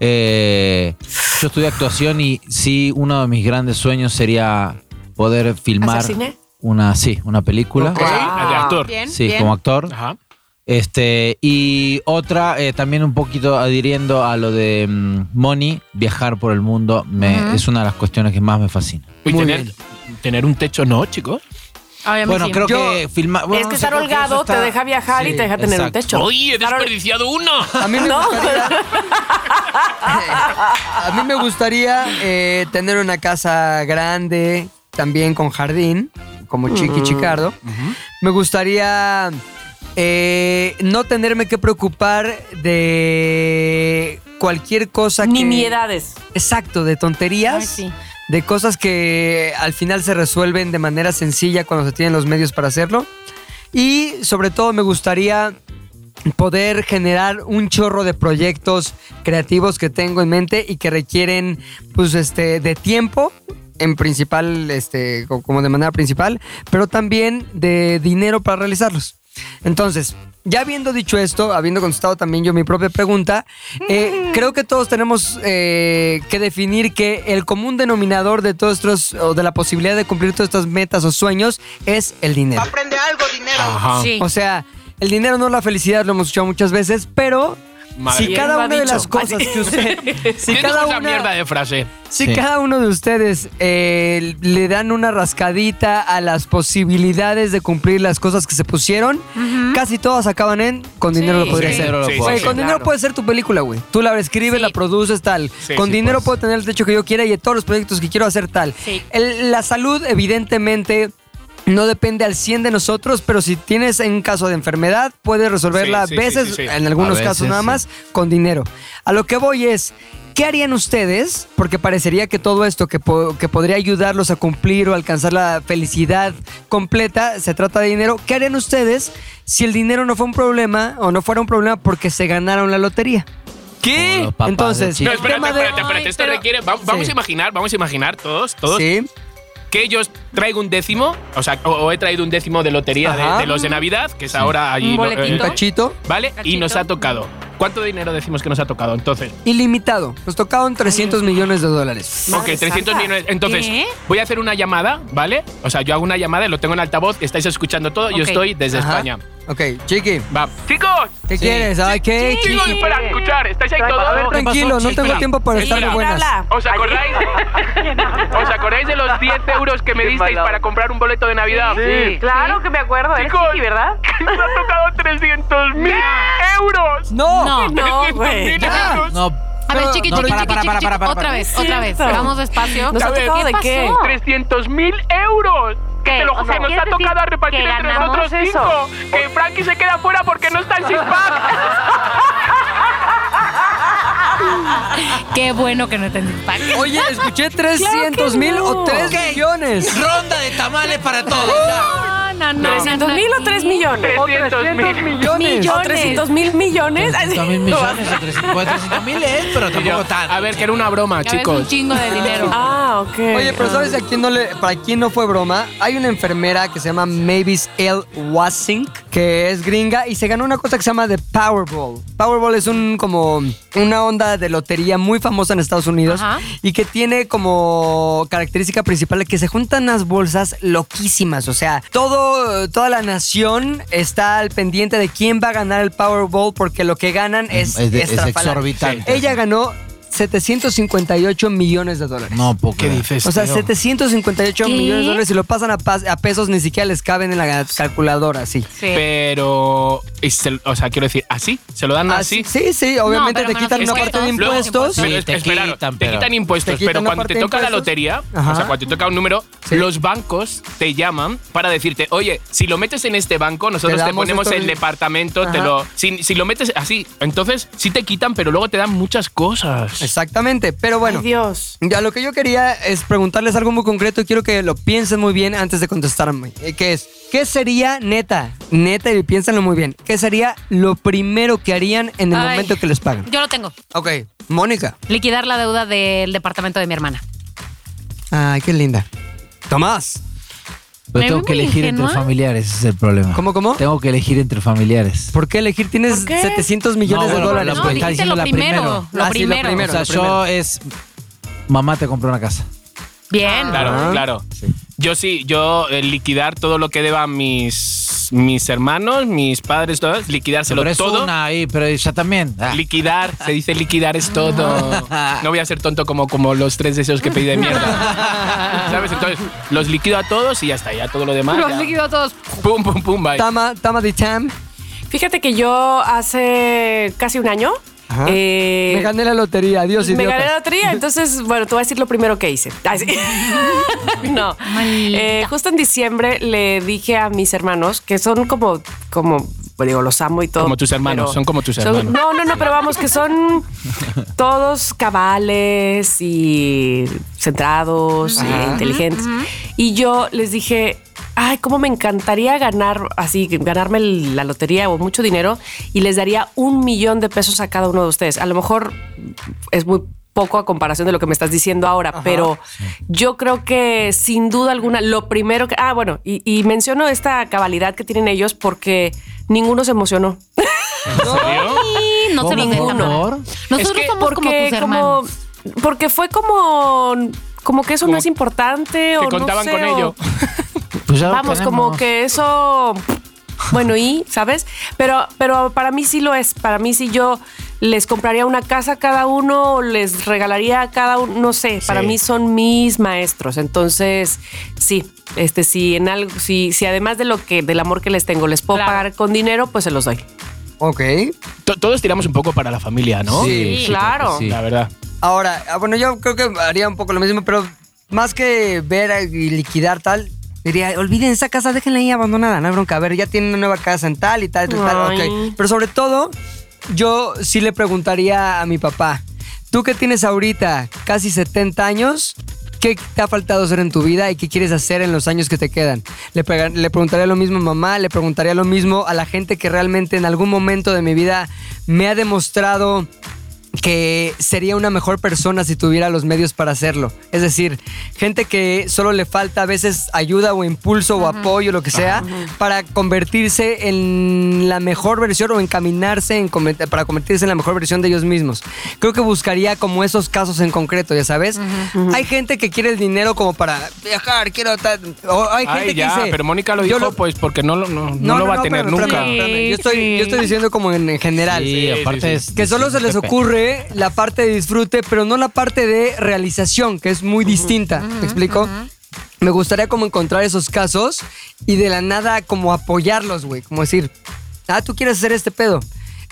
[SPEAKER 6] eh, yo estudié actuación y sí, uno de mis grandes sueños sería poder filmar
[SPEAKER 3] ¿Hacer cine?
[SPEAKER 6] una, sí, una película.
[SPEAKER 2] Sí, de actor.
[SPEAKER 1] Bien,
[SPEAKER 6] Sí,
[SPEAKER 1] bien.
[SPEAKER 6] como actor.
[SPEAKER 2] Ajá.
[SPEAKER 6] Este, y otra, eh, también un poquito adhiriendo a lo de mm, Moni, viajar por el mundo me, es una de las cuestiones que más me fascina.
[SPEAKER 2] Y
[SPEAKER 4] Muy
[SPEAKER 2] tener, tener un techo no, chicos.
[SPEAKER 1] Obviamente
[SPEAKER 6] Bueno,
[SPEAKER 1] sí.
[SPEAKER 6] creo
[SPEAKER 4] Yo-
[SPEAKER 6] que filmar. bueno,
[SPEAKER 3] es
[SPEAKER 6] no
[SPEAKER 3] que
[SPEAKER 6] sé,
[SPEAKER 3] estar
[SPEAKER 6] creo que
[SPEAKER 3] holgado
[SPEAKER 6] eso
[SPEAKER 3] te
[SPEAKER 6] está-
[SPEAKER 3] deja viajar y
[SPEAKER 6] Sí,
[SPEAKER 3] te deja tener un
[SPEAKER 6] exacto.
[SPEAKER 3] techo.
[SPEAKER 2] ¡Oye, he desperdiciado uno!
[SPEAKER 4] A mí me
[SPEAKER 3] No.
[SPEAKER 4] gustaría. a mí me gustaría eh, tener una casa grande, también con jardín, como Chiqui Chicardo. Me gustaría eh, no tenerme que preocupar de cualquier cosa que-
[SPEAKER 3] Nimiedades.
[SPEAKER 4] Exacto, de tonterías.
[SPEAKER 1] Ay, sí.
[SPEAKER 4] De cosas que al final se resuelven de manera sencilla cuando se tienen los medios para hacerlo. Y sobre todo me gustaría poder generar un chorro de proyectos creativos que tengo en mente y que requieren pues este de tiempo en principal este co- como de manera principal, pero también de dinero para realizarlos. Entonces, ya habiendo dicho esto, habiendo contestado también yo mi propia pregunta, eh, creo que todos tenemos eh, que definir que el común denominador de todos estos, o de la posibilidad de cumplir todas estas metas o sueños, es el dinero.
[SPEAKER 7] Aprende algo, dinero.
[SPEAKER 6] Ah.
[SPEAKER 2] Ajá.
[SPEAKER 1] Sí.
[SPEAKER 4] O sea, el dinero no es la felicidad, lo hemos escuchado muchas veces, pero
[SPEAKER 2] Madre mía.
[SPEAKER 4] si
[SPEAKER 3] bien
[SPEAKER 4] cada
[SPEAKER 3] lo ha
[SPEAKER 4] una de
[SPEAKER 3] dicho.
[SPEAKER 4] las cosas que usted, si
[SPEAKER 2] ¿Quién dijo
[SPEAKER 4] cada
[SPEAKER 2] esa mierda
[SPEAKER 4] una,
[SPEAKER 2] de frase?
[SPEAKER 4] si
[SPEAKER 6] Sí.
[SPEAKER 4] cada uno de ustedes eh, le dan una rascadita a las posibilidades de cumplir las cosas que se pusieron, casi todas acaban en con dinero
[SPEAKER 1] Sí,
[SPEAKER 4] lo podría
[SPEAKER 1] sí.
[SPEAKER 4] hacer.
[SPEAKER 6] Dinero lo
[SPEAKER 2] Sí,
[SPEAKER 6] puedo
[SPEAKER 4] Güey,
[SPEAKER 6] hacer.
[SPEAKER 4] con dinero
[SPEAKER 3] Claro.
[SPEAKER 4] puede ser tu película, güey. Tú la escribes,
[SPEAKER 1] Sí.
[SPEAKER 4] la produces, tal.
[SPEAKER 2] Sí,
[SPEAKER 4] con
[SPEAKER 2] sí,
[SPEAKER 4] dinero
[SPEAKER 2] pues.
[SPEAKER 4] puedo tener el techo que yo quiera y de todos los proyectos que quiero hacer, tal.
[SPEAKER 1] Sí.
[SPEAKER 4] El- la salud, evidentemente, no depende al 100 de nosotros, pero si tienes en caso de enfermedad, puedes resolverla
[SPEAKER 2] Sí, sí,
[SPEAKER 4] a veces,
[SPEAKER 2] sí, sí, sí.
[SPEAKER 4] en algunos
[SPEAKER 6] A
[SPEAKER 4] casos
[SPEAKER 6] veces,
[SPEAKER 4] nada
[SPEAKER 6] sí.
[SPEAKER 4] más, con dinero. A lo que voy es... ¿Qué harían ustedes? Porque parecería que todo esto que, po- que podría ayudarlos a cumplir o alcanzar la felicidad completa se trata de dinero. ¿Qué harían ustedes si el dinero no fue un problema o no fuera un problema porque se ganaron la lotería?
[SPEAKER 6] Como los papás de
[SPEAKER 4] Entonces,
[SPEAKER 6] Chico.
[SPEAKER 2] No,
[SPEAKER 4] el
[SPEAKER 2] espérate,
[SPEAKER 4] tema de-
[SPEAKER 2] espérate, espérate. Esto
[SPEAKER 1] Ay, pero-
[SPEAKER 2] requiere. va- Vamos
[SPEAKER 4] Sí.
[SPEAKER 2] a imaginar, vamos a imaginar todos, todos,
[SPEAKER 4] Sí.
[SPEAKER 2] que yo traigo un décimo, o sea, o, o he traído un décimo de lotería
[SPEAKER 4] Ajá.
[SPEAKER 2] de, de los de Navidad, que es ahora allí.
[SPEAKER 1] Un
[SPEAKER 2] ¿no?
[SPEAKER 1] boletín.
[SPEAKER 4] Un cachito.
[SPEAKER 2] ¿Vale? Y
[SPEAKER 1] Cachito.
[SPEAKER 2] nos ha tocado. ¿Cuánto dinero decimos que nos ha tocado entonces?
[SPEAKER 4] Ilimitado. Nos tocaron 300 millones de dólares.
[SPEAKER 2] Ok,
[SPEAKER 3] Madre
[SPEAKER 2] 300
[SPEAKER 3] santa.
[SPEAKER 2] millones. Entonces,
[SPEAKER 1] ¿Qué?
[SPEAKER 2] voy a hacer una llamada, ¿vale? O sea, yo hago una llamada, lo tengo en altavoz, estáis escuchando todo, yo
[SPEAKER 1] Ok.
[SPEAKER 2] estoy desde
[SPEAKER 4] Ajá.
[SPEAKER 2] España.
[SPEAKER 4] Ok, Chiqui,
[SPEAKER 2] Va. ¡Chicos!
[SPEAKER 4] ¿qué
[SPEAKER 6] Sí.
[SPEAKER 4] quieres? Ay, ¿qué?
[SPEAKER 2] ¡Chicos,
[SPEAKER 4] Chiqui.
[SPEAKER 2] espera, escuchar! ¿Estáis ahí todos?
[SPEAKER 4] A ver, tranquilo, no tengo
[SPEAKER 2] Espera,
[SPEAKER 4] tiempo para estar de
[SPEAKER 2] espera.
[SPEAKER 4] buenas.
[SPEAKER 3] habla?
[SPEAKER 2] ¿Os acordáis? ¿Os acordáis de los 10 euros que me disteis para comprar un boleto de Navidad? Sí.
[SPEAKER 7] Claro que me acuerdo, ¿eh?
[SPEAKER 2] Chicos.
[SPEAKER 7] Sí, ¿verdad?
[SPEAKER 2] ¡Nos ha tocado 300 mil euros!
[SPEAKER 1] No.
[SPEAKER 4] No.
[SPEAKER 3] No,
[SPEAKER 2] 300.000
[SPEAKER 3] güey.
[SPEAKER 4] Ya.
[SPEAKER 2] euros.
[SPEAKER 6] No,
[SPEAKER 1] A ver, chiqui,
[SPEAKER 6] No,
[SPEAKER 1] chiqui,
[SPEAKER 6] para,
[SPEAKER 1] chiqui,
[SPEAKER 6] para,
[SPEAKER 1] chiqui,
[SPEAKER 6] para, para, para,
[SPEAKER 1] Otra
[SPEAKER 6] para.
[SPEAKER 1] vez, otra vez.
[SPEAKER 3] Cierto.
[SPEAKER 1] Vamos despacio.
[SPEAKER 3] ¿Nos
[SPEAKER 2] A
[SPEAKER 3] ha
[SPEAKER 2] ver.
[SPEAKER 3] tocado de
[SPEAKER 1] ¿Qué
[SPEAKER 3] qué?
[SPEAKER 1] pasó?
[SPEAKER 2] 300 mil euros.
[SPEAKER 7] ¿Qué?
[SPEAKER 2] Te lo
[SPEAKER 7] O
[SPEAKER 2] juro,
[SPEAKER 7] sea,
[SPEAKER 2] nos
[SPEAKER 7] ¿quieres
[SPEAKER 2] ha tocado
[SPEAKER 7] decir
[SPEAKER 2] a repartir
[SPEAKER 7] que
[SPEAKER 2] entre
[SPEAKER 7] ganamos
[SPEAKER 2] nosotros
[SPEAKER 7] eso?
[SPEAKER 2] cinco. Que Frankie se queda fuera porque no está el six pack.
[SPEAKER 1] Qué bueno que no te impacte.
[SPEAKER 4] Oye, escuché 300 mil o 3 millones.
[SPEAKER 6] Ronda de tamales para todos. ya.
[SPEAKER 1] No, no, no.
[SPEAKER 3] 300 mil o 3 millones.
[SPEAKER 2] 300 mil.
[SPEAKER 4] Millones.
[SPEAKER 3] ¿O 300 mil millones?
[SPEAKER 6] 300 mil millones o 300 mil es, pero tampoco tanto.
[SPEAKER 4] ah,
[SPEAKER 2] A ver, que era una broma,
[SPEAKER 1] Ya ves, un
[SPEAKER 2] chicos.
[SPEAKER 1] chingo de dinero.
[SPEAKER 3] Ah, ok.
[SPEAKER 4] Oye, pero ¿sabes a quién no le, para quién no fue broma? Hay una enfermera que se llama Mavis L. Wasink, que es gringa, y se ganó una cosa que se llama The Powerball. Powerball es un como una onda de lotería muy famosa en Estados Unidos
[SPEAKER 1] Ajá.
[SPEAKER 4] y que tiene como característica principal que se juntan unas bolsas loquísimas. O sea, todo, toda la nación está al pendiente de quién va a ganar el Powerball porque lo que ganan es,
[SPEAKER 6] Es de- es
[SPEAKER 4] estrafalario.
[SPEAKER 6] exorbitante.
[SPEAKER 4] Ella ganó 758 millones de dólares.
[SPEAKER 6] No, poco.
[SPEAKER 2] ¿Qué dices?
[SPEAKER 4] O sea,
[SPEAKER 2] tío?
[SPEAKER 4] 758
[SPEAKER 1] ¿Qué?
[SPEAKER 4] millones de dólares y lo pasan a, pas- a pesos, ni siquiera les caben en la ga- calculadora, sí.
[SPEAKER 1] Sí.
[SPEAKER 2] Pero, y se- o sea, quiero decir, así, se lo dan así.
[SPEAKER 4] Así- Sí, sí, obviamente
[SPEAKER 1] ¿Ah, pero
[SPEAKER 4] te
[SPEAKER 1] menos
[SPEAKER 4] quitan una
[SPEAKER 1] impuestos.
[SPEAKER 4] parte
[SPEAKER 1] Luego,
[SPEAKER 4] de impuestos.
[SPEAKER 6] impuestos.
[SPEAKER 2] Pero
[SPEAKER 6] Sí,
[SPEAKER 2] es-
[SPEAKER 6] te
[SPEAKER 2] esperaron,
[SPEAKER 6] quitan,
[SPEAKER 2] te
[SPEAKER 6] pero-
[SPEAKER 2] quitan impuestos,
[SPEAKER 4] te quitan
[SPEAKER 2] pero
[SPEAKER 4] una
[SPEAKER 2] cuando
[SPEAKER 4] parte
[SPEAKER 2] te
[SPEAKER 4] de
[SPEAKER 2] toca la
[SPEAKER 4] impuestos.
[SPEAKER 2] lotería,
[SPEAKER 4] Ajá.
[SPEAKER 2] o sea, cuando te toca un número,
[SPEAKER 4] Sí.
[SPEAKER 2] los bancos te llaman para decirte, oye, si lo metes en este banco, nosotros
[SPEAKER 4] Te
[SPEAKER 2] te,
[SPEAKER 4] damos
[SPEAKER 2] ponemos
[SPEAKER 4] esto
[SPEAKER 2] el
[SPEAKER 4] de-
[SPEAKER 2] departamento, te
[SPEAKER 4] Ajá.
[SPEAKER 2] lo. Si, si lo metes así, entonces sí te quitan, pero luego te dan muchas cosas.
[SPEAKER 4] Exactamente, pero
[SPEAKER 3] Ay,
[SPEAKER 4] bueno.
[SPEAKER 3] Dios.
[SPEAKER 4] Ya lo que yo quería es preguntarles algo muy concreto y quiero que lo piensen muy bien antes de contestarme. Eh, ¿Qué es? ¿Qué sería, neta, neta, y piénsenlo muy bien, qué sería lo primero que harían en el
[SPEAKER 1] Ay.
[SPEAKER 4] momento que les pagan?
[SPEAKER 1] Yo lo tengo.
[SPEAKER 4] Ok, Mónica.
[SPEAKER 1] Liquidar la deuda del departamento de mi hermana.
[SPEAKER 4] Ay, qué linda. Tomás.
[SPEAKER 1] Me
[SPEAKER 6] Pero tengo
[SPEAKER 1] veo
[SPEAKER 6] que
[SPEAKER 1] muy
[SPEAKER 6] elegir
[SPEAKER 1] ingenua.
[SPEAKER 6] entre familiares, ese es el problema.
[SPEAKER 4] ¿Cómo, cómo?
[SPEAKER 6] Tengo que elegir entre familiares.
[SPEAKER 4] ¿Por qué elegir? Tienes
[SPEAKER 3] ¿Por qué?
[SPEAKER 4] 700 millones
[SPEAKER 6] No,
[SPEAKER 4] de
[SPEAKER 6] bueno,
[SPEAKER 4] dólares.
[SPEAKER 6] pero
[SPEAKER 1] No,
[SPEAKER 6] pues,
[SPEAKER 4] güey.
[SPEAKER 6] está
[SPEAKER 1] dijiste
[SPEAKER 6] diciendo
[SPEAKER 1] lo
[SPEAKER 6] la
[SPEAKER 1] primero.
[SPEAKER 6] primero.
[SPEAKER 1] Lo
[SPEAKER 4] Ah, sí, lo
[SPEAKER 1] primero.
[SPEAKER 4] primero.
[SPEAKER 6] o sea, yo es. Mamá te compró una casa.
[SPEAKER 1] Bien.
[SPEAKER 2] Claro, claro. Yo sí, yo eh, liquidar todo lo que deban mis, mis hermanos, mis padres, todos, liquidárselo
[SPEAKER 6] Pero es
[SPEAKER 2] todo.
[SPEAKER 6] una ahí, pero ya también. Ah.
[SPEAKER 2] Liquidar, se dice liquidar es todo. No voy a ser tonto como, como los tres deseos que pedí de mierda. ¿Sabes? Entonces, los liquido a todos y ya está, ya todo lo demás.
[SPEAKER 1] Los
[SPEAKER 2] ya.
[SPEAKER 1] liquidó todos.
[SPEAKER 2] Pum, pum, pum, bye.
[SPEAKER 4] Tama, Tama de Tam.
[SPEAKER 3] Fíjate que yo hace casi un año
[SPEAKER 4] Ajá.
[SPEAKER 3] eh,
[SPEAKER 4] me gané la lotería, adiós,
[SPEAKER 3] me
[SPEAKER 4] idiota.
[SPEAKER 3] gané la lotería. Entonces, bueno, te voy a decir lo primero que hice. Ay, sí. no.
[SPEAKER 1] Maldita.
[SPEAKER 3] Eh, justo en diciembre le dije a mis hermanos, que son como, como digo, los amo y todo.
[SPEAKER 2] Como tus hermanos, son como tus hermanos.
[SPEAKER 3] No, no, no, pero vamos, que son todos cabales y centrados y inteligentes. Y yo les dije, ay, cómo me encantaría ganar así, ganarme la lotería o mucho dinero y les daría un millón de pesos a cada uno de ustedes. A lo mejor es muy poco a comparación de lo que me estás diciendo ahora, pero yo creo que sin duda alguna, lo primero que... Ah, bueno, y, y menciono esta cabalidad que tienen ellos porque ninguno se emocionó.
[SPEAKER 2] ¿En serio?
[SPEAKER 1] Y no se lo den,
[SPEAKER 3] Ninguno.
[SPEAKER 1] Tamara. Nosotros
[SPEAKER 2] Es que
[SPEAKER 1] somos como tus hermanos.
[SPEAKER 3] como- porque fue como como que eso
[SPEAKER 2] Como
[SPEAKER 3] no es importante
[SPEAKER 2] que
[SPEAKER 3] o no
[SPEAKER 2] contaban
[SPEAKER 3] sé,
[SPEAKER 2] con
[SPEAKER 3] o-
[SPEAKER 2] ello.
[SPEAKER 6] Pues ya lo
[SPEAKER 3] vamos
[SPEAKER 6] tenemos.
[SPEAKER 3] como que eso bueno y sabes pero pero para mí sí lo es para mí sí yo les compraría una casa a cada uno, o les regalaría a cada uno, no sé, para
[SPEAKER 2] Sí.
[SPEAKER 3] mí son mis maestros. Entonces, sí, este, si en algo, si, si además de lo que, del amor que les tengo, les puedo
[SPEAKER 1] Claro.
[SPEAKER 3] pagar con dinero, pues se los doy.
[SPEAKER 4] Ok.
[SPEAKER 2] To- Todos tiramos un poco para la familia, ¿no?
[SPEAKER 1] Sí,
[SPEAKER 3] claro.
[SPEAKER 6] sí.
[SPEAKER 2] La verdad.
[SPEAKER 4] Ahora, ah, bueno, yo creo que haría un poco lo mismo, pero más que ver y liquidar tal, diría, olviden esa casa, déjenla ahí abandonada, no hay bronca. A ver, ya tienen una nueva casa en tal y tal, tal, tal,
[SPEAKER 3] Ay.
[SPEAKER 4] ok. Pero sobre todo, yo sí le preguntaría a mi papá, tú que tienes ahorita casi 70 años, ¿qué te ha faltado hacer en tu vida y qué quieres hacer en los años que te quedan? Le, pega- le preguntaría lo mismo a mamá, le preguntaría lo mismo a la gente que realmente en algún momento de mi vida me ha demostrado que sería una mejor persona si tuviera los medios para hacerlo. Es decir, gente que solo le falta a veces ayuda o impulso o apoyo, lo que sea, para convertirse en la mejor versión o encaminarse en conver- para convertirse en la mejor versión de ellos mismos. Creo que buscaría como esos casos en concreto, ya sabes. Hay gente que quiere el dinero como para viajar, quiero tal. o Hay gente
[SPEAKER 2] Ay,
[SPEAKER 4] que
[SPEAKER 2] ya,
[SPEAKER 4] dice,
[SPEAKER 2] pero Mónica lo
[SPEAKER 4] yo
[SPEAKER 2] dijo, pues, porque no, lo- no, no lo va a tener
[SPEAKER 4] espérame,
[SPEAKER 2] nunca.
[SPEAKER 4] espérame, espérame. Yo, estoy,
[SPEAKER 3] Sí,
[SPEAKER 4] yo estoy
[SPEAKER 3] sí.
[SPEAKER 4] diciendo como en, en general.
[SPEAKER 6] Sí,
[SPEAKER 2] Sí,
[SPEAKER 6] aparte
[SPEAKER 2] sí, sí.
[SPEAKER 6] es.
[SPEAKER 4] Que solo se les
[SPEAKER 6] Pepe.
[SPEAKER 4] ocurre la parte de disfrute, pero no la parte de realización, que es muy distinta. ¿Te explico? Me gustaría como encontrar esos casos y de la nada como apoyarlos, güey. Como decir, ah, tú quieres hacer este pedo.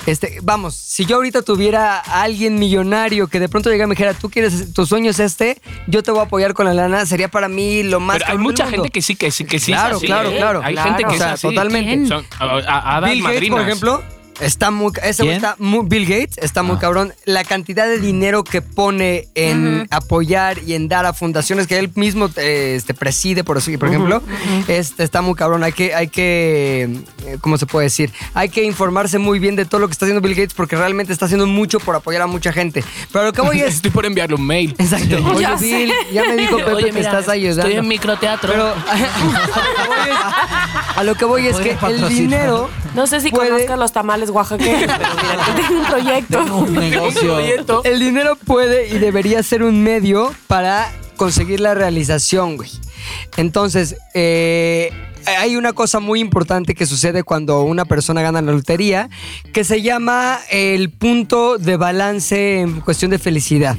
[SPEAKER 4] Este, vamos, si yo ahorita tuviera a alguien millonario que de pronto llegara y me dijera, tú quieres, tu sueño es este, yo te voy a apoyar con la lana, sería para mí lo más...
[SPEAKER 2] Pero hay
[SPEAKER 4] cabrón del
[SPEAKER 2] mucha
[SPEAKER 4] mundo.
[SPEAKER 2] gente que sí, que sí, que sí. es
[SPEAKER 4] Claro,
[SPEAKER 2] así,
[SPEAKER 4] claro,
[SPEAKER 2] ¿eh?
[SPEAKER 4] claro.
[SPEAKER 2] Hay
[SPEAKER 4] claro.
[SPEAKER 2] gente que
[SPEAKER 4] o sea,
[SPEAKER 2] es así.
[SPEAKER 4] totalmente.
[SPEAKER 1] ¿Quién?
[SPEAKER 2] Son a- a- hadas
[SPEAKER 4] Bill Gates,
[SPEAKER 2] madrinas.
[SPEAKER 4] por ejemplo, está muy, ese güey
[SPEAKER 6] ¿Quién?
[SPEAKER 4] está muy- Bill Gates está muy
[SPEAKER 6] Ah.
[SPEAKER 4] cabrón. La cantidad de dinero que pone en apoyar y en dar a fundaciones que él mismo eh, este, preside, por, así- por ejemplo, este, está muy cabrón. Hay que, hay que, eh, ¿cómo se puede decir? Hay que informarse muy bien de todo lo que está haciendo Bill Gates porque realmente está haciendo mucho por apoyar a mucha gente. Pero lo que voy es...
[SPEAKER 2] Estoy por enviarle un mail.
[SPEAKER 4] Exacto. Oye,
[SPEAKER 3] Ya sé.
[SPEAKER 4] Bill, ya me dijo Pepe que estás ayudando.
[SPEAKER 2] microteatro.
[SPEAKER 4] Pero a lo que voy es, a lo que voy es que el
[SPEAKER 6] Podrías
[SPEAKER 4] dinero...
[SPEAKER 3] No sé si
[SPEAKER 4] Puede-
[SPEAKER 3] conozcas los tamales oaxaqueños, pero mira, tengo un proyecto.
[SPEAKER 6] Tengo un negocio.
[SPEAKER 4] El dinero puede y debería ser un medio para conseguir la realización, güey. Entonces, eh, hay una cosa muy importante que sucede cuando una persona gana la lotería, que se llama el punto de balance en cuestión de felicidad.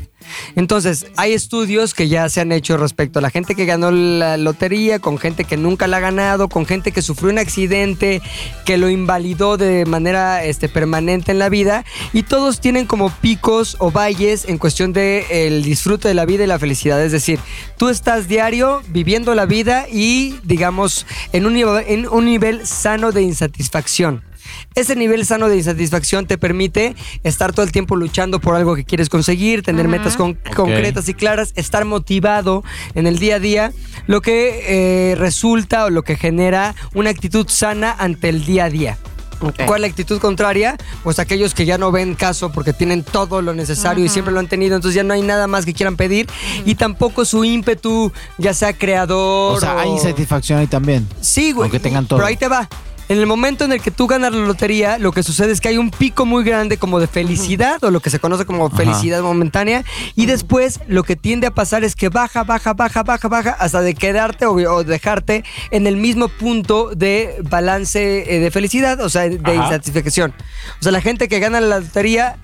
[SPEAKER 4] Entonces, hay estudios que ya se han hecho respecto a la gente que ganó la lotería, con gente que nunca la ha ganado, con gente que sufrió un accidente que lo invalidó de manera este, permanente en la vida. Y todos tienen como picos o valles en cuestión del disfrute de la vida y la felicidad. Es decir, tú estás diario viviendo la vida y, digamos, en un, nive- en un nivel sano de insatisfacción. Ese nivel sano de insatisfacción te permite estar todo el tiempo luchando por algo que quieres conseguir, tener metas con- concretas y claras, estar motivado en el día a día, lo que eh, resulta o lo que genera una actitud sana ante el día a día. ¿Cuál es la actitud contraria? Pues aquellos que ya no ven caso porque tienen todo lo necesario y siempre lo han tenido, entonces ya no hay nada más que quieran pedir y tampoco su ímpetu, ya sea creador
[SPEAKER 6] O sea, hay insatisfacción ahí también.
[SPEAKER 4] Sí, güey.
[SPEAKER 6] Aunque tengan todo.
[SPEAKER 4] Pero ahí te va. En el momento en el que tú ganas la lotería, lo que sucede es que hay un pico muy grande como de felicidad, o lo que se conoce como felicidad momentánea, y después lo que tiende a pasar es que baja, baja, baja, baja, baja, hasta de quedarte o, o dejarte en el mismo punto de balance eh, de felicidad, o sea, de insatisfacción. O sea, la gente que gana la lotería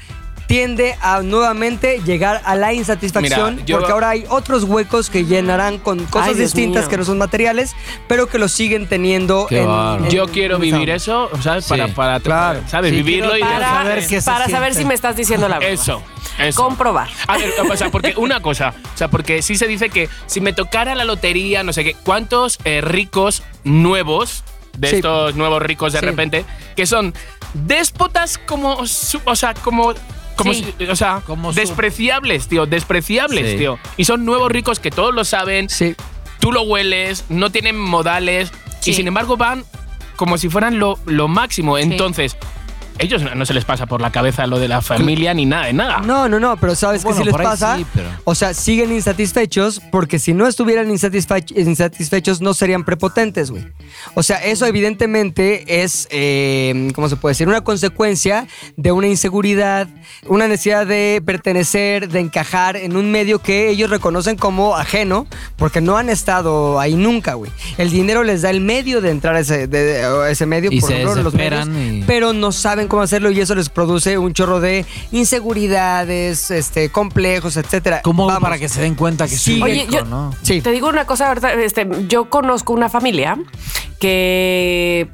[SPEAKER 4] tiende a nuevamente llegar a la insatisfacción
[SPEAKER 2] Mira, yo-
[SPEAKER 4] porque ahora hay otros huecos que llenarán con cosas
[SPEAKER 3] Ay, Dios
[SPEAKER 4] distintas
[SPEAKER 3] mío.
[SPEAKER 4] que no son materiales, pero que los siguen teniendo
[SPEAKER 6] Qué
[SPEAKER 4] en-
[SPEAKER 6] bárbaro.
[SPEAKER 4] en-
[SPEAKER 2] Yo quiero
[SPEAKER 4] en-
[SPEAKER 2] vivir eso, ¿sabes?
[SPEAKER 6] Sí,
[SPEAKER 2] Para, para
[SPEAKER 4] claro.
[SPEAKER 2] ¿sabes?
[SPEAKER 6] Sí,
[SPEAKER 2] Vivirlo y
[SPEAKER 6] quiero
[SPEAKER 3] Para,
[SPEAKER 2] dejar-
[SPEAKER 6] saber qué se
[SPEAKER 3] para saber
[SPEAKER 6] siente.
[SPEAKER 3] si me estás diciendo la verdad.
[SPEAKER 2] Eso, eso.
[SPEAKER 3] Comprobar.
[SPEAKER 2] A ver, o sea, porque una cosa, o sea, porque sí se dice que si me tocara la lotería, no sé qué, ¿cuántos eh, ricos nuevos, de
[SPEAKER 4] Sí.
[SPEAKER 2] estos nuevos ricos de
[SPEAKER 4] Sí.
[SPEAKER 2] repente, que son déspotas como, su- o sea, como... Como
[SPEAKER 1] Sí.
[SPEAKER 2] si- o sea,
[SPEAKER 6] Como su-
[SPEAKER 2] despreciables, tío, despreciables,
[SPEAKER 6] Sí.
[SPEAKER 2] tío. Y son nuevos ricos que todos lo saben,
[SPEAKER 4] Sí.
[SPEAKER 2] tú lo hueles, no tienen modales
[SPEAKER 1] Sí.
[SPEAKER 2] y sin embargo van como si fueran lo, lo máximo. Entonces, ellos no, no se les pasa por la cabeza lo de la familia ni nada de nada.
[SPEAKER 4] No, no, no, pero sabes
[SPEAKER 6] Bueno,
[SPEAKER 4] que si les
[SPEAKER 6] por ahí
[SPEAKER 4] pasa,
[SPEAKER 6] sí, pero-
[SPEAKER 4] o sea, siguen insatisfechos porque si no estuvieran insatisfech- insatisfechos no serían prepotentes, güey. O sea, eso evidentemente es, eh, ¿cómo se puede decir? Una consecuencia de una inseguridad, una necesidad de pertenecer, de encajar en un medio que ellos reconocen como ajeno porque no han estado ahí nunca, güey. El dinero les da el medio de entrar a ese, de- de- a ese medio,
[SPEAKER 6] Y
[SPEAKER 4] por
[SPEAKER 6] se
[SPEAKER 4] ejemplo, los medios,
[SPEAKER 6] desesperan y-
[SPEAKER 4] pero no saben cómo hacerlo y eso les produce un chorro de inseguridades, este, complejos, etcétera.
[SPEAKER 6] ¿Cómo hago
[SPEAKER 4] Vamos.
[SPEAKER 6] para que se den cuenta que
[SPEAKER 4] Sí.
[SPEAKER 6] soy
[SPEAKER 4] Oye,
[SPEAKER 6] rico,
[SPEAKER 3] yo-
[SPEAKER 6] no?
[SPEAKER 4] Sí.
[SPEAKER 3] Te digo una cosa, ahorita, este, yo conozco una familia que,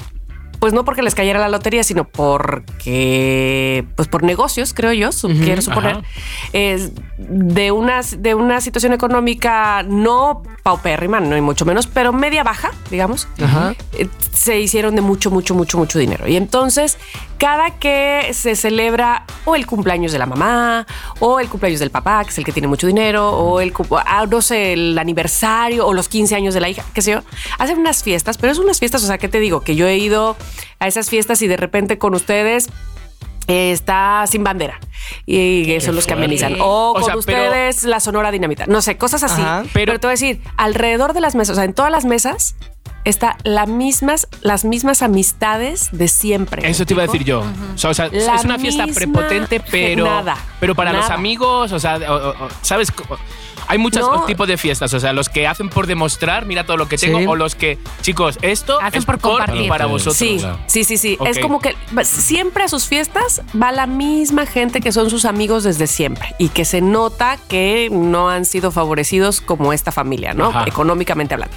[SPEAKER 3] pues no porque les cayera la lotería, sino porque, pues por negocios, creo yo, su- quiero suponer,
[SPEAKER 2] Ajá.
[SPEAKER 3] es de, unas, de una situación económica no paupérrima, no y mucho menos, pero media baja, digamos, eh, se hicieron de mucho, mucho, mucho, mucho dinero. Y entonces, cada que se celebra o el cumpleaños de la mamá, o el cumpleaños del papá, que es el que tiene mucho dinero, o el, cum- ah, no sé, el aniversario, o los 15 años de la hija, qué sé yo, hacen unas fiestas, pero es unas fiestas, o sea, ¿qué te digo? Que yo he ido a esas fiestas y de repente con ustedes... eh, Está sin bandera y que son los que
[SPEAKER 2] fuerte.
[SPEAKER 3] amenizan. O,
[SPEAKER 2] O
[SPEAKER 3] con
[SPEAKER 2] sea, pero-
[SPEAKER 3] ustedes, la sonora dinamita. No sé, cosas así.
[SPEAKER 4] Ajá.
[SPEAKER 3] Pero,
[SPEAKER 2] Pero-
[SPEAKER 3] te voy a decir, alrededor de las mesas, o sea, en todas las mesas, está las mismas, las mismas amistades de siempre.
[SPEAKER 2] Eso te iba a decir yo. O sea, o sea,
[SPEAKER 3] La
[SPEAKER 2] es una fiesta
[SPEAKER 3] misma
[SPEAKER 2] prepotente, pero,
[SPEAKER 3] nada,
[SPEAKER 2] pero para los
[SPEAKER 3] nada.
[SPEAKER 2] amigos, o sea, o- o- o- ¿sabes? Co- Hay muchos
[SPEAKER 3] No.
[SPEAKER 2] tipos de fiestas, o sea, los que hacen por demostrar, mira todo lo que tengo,
[SPEAKER 4] Sí.
[SPEAKER 2] o los que, chicos, esto
[SPEAKER 1] Hacen
[SPEAKER 2] es
[SPEAKER 1] por compartir.
[SPEAKER 2] y para vosotros.
[SPEAKER 3] Sí,
[SPEAKER 6] claro.
[SPEAKER 3] sí, sí, sí. Es
[SPEAKER 2] Ok.
[SPEAKER 3] como que va- siempre a sus fiestas va la misma gente que son sus amigos desde siempre y que se nota que no han sido favorecidos como esta familia, ¿no?
[SPEAKER 2] Ajá.
[SPEAKER 3] Económicamente hablando.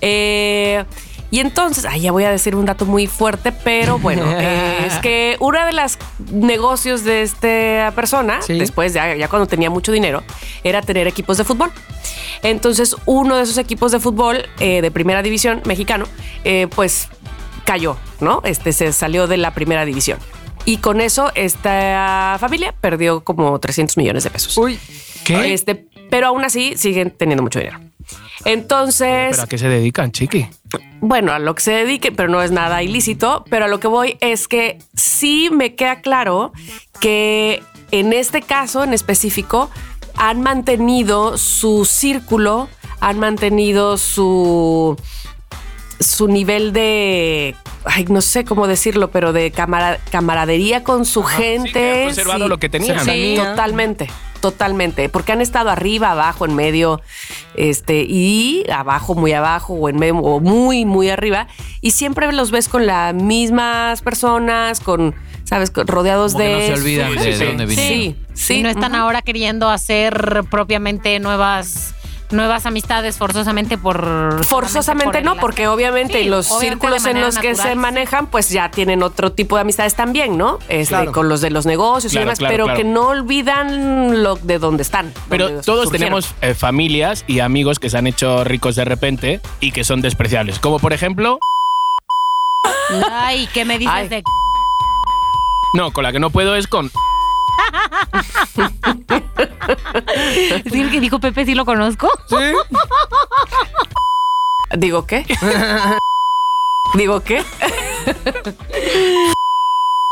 [SPEAKER 3] Eh, y entonces, ay, ya voy a decir un dato muy fuerte, pero bueno, eh, es que una de las negocios de esta persona,
[SPEAKER 4] Sí.
[SPEAKER 3] después ya, ya cuando tenía mucho dinero, era tener equipos de fútbol. Entonces, uno de esos equipos de fútbol eh, de primera división mexicano, eh, pues cayó, ¿no? Este se salió de la primera división. Y con eso esta familia perdió como 300 millones de pesos.
[SPEAKER 4] Uy,
[SPEAKER 2] ¿Qué?
[SPEAKER 3] Este, pero aún así siguen teniendo mucho dinero. Entonces,
[SPEAKER 2] ¿Pero a qué se dedican, chiqui?
[SPEAKER 3] bueno, a lo que se dedique, pero no es nada ilícito, pero a lo que voy es que sí me queda claro que en este caso en específico han mantenido su círculo, han mantenido su su nivel de ay, no sé cómo decirlo, pero de camara- camaradería con su gente.
[SPEAKER 2] que han conservado lo que tenían.
[SPEAKER 3] Sí,
[SPEAKER 4] Cercanía.
[SPEAKER 3] totalmente, totalmente, porque han estado arriba, abajo, en medio, este, y abajo, muy abajo, o en medio, o muy, muy arriba, y siempre los ves con las mismas personas, con, sabes, con- rodeados
[SPEAKER 6] Como que
[SPEAKER 3] de.
[SPEAKER 6] no se
[SPEAKER 3] su-
[SPEAKER 6] olvidan
[SPEAKER 2] sí,
[SPEAKER 6] de,
[SPEAKER 2] sí, sí.
[SPEAKER 6] dónde
[SPEAKER 1] Sí.
[SPEAKER 6] vinieron.
[SPEAKER 3] Sí, sí.
[SPEAKER 1] Y no están
[SPEAKER 3] ujú.
[SPEAKER 1] ahora queriendo hacer propiamente nuevas nuevas amistades forzosamente por
[SPEAKER 3] Forzosamente
[SPEAKER 1] solamente por
[SPEAKER 3] no,
[SPEAKER 1] el-
[SPEAKER 3] porque obviamente
[SPEAKER 1] Sí,
[SPEAKER 3] los
[SPEAKER 1] obviamente
[SPEAKER 3] círculos
[SPEAKER 1] de
[SPEAKER 3] en
[SPEAKER 1] manera
[SPEAKER 3] los que se
[SPEAKER 1] natural.
[SPEAKER 3] manejan, pues ya tienen otro tipo de amistades también, ¿no? Este,
[SPEAKER 4] Claro.
[SPEAKER 3] Con los de los negocios y
[SPEAKER 2] Claro,
[SPEAKER 3] demás,
[SPEAKER 2] claro,
[SPEAKER 3] pero
[SPEAKER 2] claro.
[SPEAKER 3] que no olvidan lo de dónde están.
[SPEAKER 2] Pero
[SPEAKER 3] dónde
[SPEAKER 2] todos
[SPEAKER 3] surgieron.
[SPEAKER 2] tenemos eh, familias y amigos que se han hecho ricos de repente y que son despreciables. Como por ejemplo,
[SPEAKER 1] Ay, ¿qué me dices
[SPEAKER 3] Ay.
[SPEAKER 1] de
[SPEAKER 2] no, con la que no puedo es con.
[SPEAKER 1] Sí, el Pues, que dijo Pepe sí lo conozco?
[SPEAKER 3] ¿Digo qué? ¿Digo qué?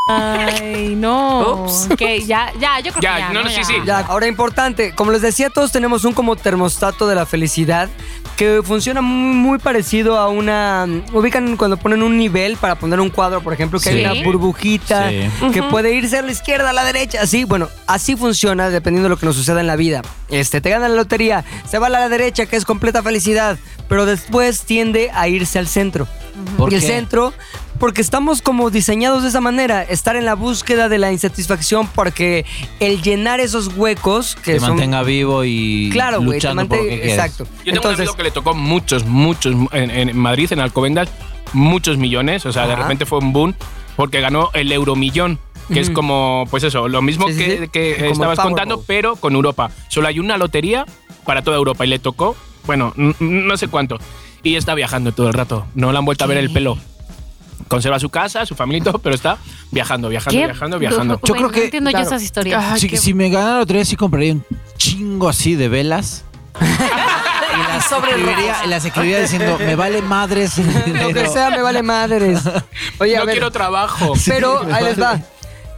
[SPEAKER 1] Ay, no.
[SPEAKER 3] Ups.
[SPEAKER 1] Que ya ya yo creo
[SPEAKER 2] Ya,
[SPEAKER 1] que ya.
[SPEAKER 2] no, no, sí, sí.
[SPEAKER 4] Ya, ahora importante, como les decía, todos tenemos un como termostato de la felicidad que funciona muy, muy parecido a una... mm, Ubican cuando ponen un nivel para poner un cuadro, por ejemplo, que hay
[SPEAKER 1] Sí.
[SPEAKER 4] una burbujita
[SPEAKER 6] Sí.
[SPEAKER 4] que puede irse a la izquierda, a la derecha, así. Bueno, así funciona dependiendo de lo que nos suceda en la vida. Este, te gana la lotería, se va a la derecha, que es completa felicidad, pero después tiende a irse al centro.
[SPEAKER 6] ¿Por
[SPEAKER 4] y el
[SPEAKER 6] qué?
[SPEAKER 4] centro, porque estamos como diseñados de esa manera, estar en la búsqueda de la insatisfacción, porque el llenar esos huecos que
[SPEAKER 6] Te
[SPEAKER 4] son
[SPEAKER 6] mantenga vivo y
[SPEAKER 4] Claro, güey, te
[SPEAKER 6] luchando por lo
[SPEAKER 4] mantenga-
[SPEAKER 6] que quieres.
[SPEAKER 4] exacto.
[SPEAKER 2] Yo tengo un
[SPEAKER 4] Entonces,
[SPEAKER 2] amigo que le tocó muchos, muchos en, en Madrid, en Alcobendas, muchos millones. O sea, de
[SPEAKER 4] Ajá.
[SPEAKER 2] repente fue un boom porque ganó el euromillón, que es como, pues eso, lo mismo
[SPEAKER 4] Sí, sí,
[SPEAKER 2] que,
[SPEAKER 4] sí.
[SPEAKER 2] que
[SPEAKER 4] Como
[SPEAKER 2] estabas
[SPEAKER 4] Powerball.
[SPEAKER 2] contando, pero con Europa. Solo hay una lotería para toda Europa y le tocó, bueno, n- n- no sé cuánto. Y está viajando todo el rato. No le han vuelto a ver el pelo. Conserva su casa, su familito, pero está viajando, viajando,
[SPEAKER 1] ¿Qué?
[SPEAKER 2] viajando, viajando.
[SPEAKER 1] Yo creo que no entiendo
[SPEAKER 4] claro.
[SPEAKER 1] yo esas historias.
[SPEAKER 6] si, si me ganara la lotería, sí compraría un chingo así de velas. y las
[SPEAKER 3] Sobre
[SPEAKER 6] escribiría,
[SPEAKER 3] ruedas.
[SPEAKER 6] y las escribiría diciendo, me vale madres.
[SPEAKER 4] lo que sea me vale madres. Oye, a
[SPEAKER 2] No
[SPEAKER 4] ver,
[SPEAKER 2] quiero trabajo.
[SPEAKER 4] pero ahí les va.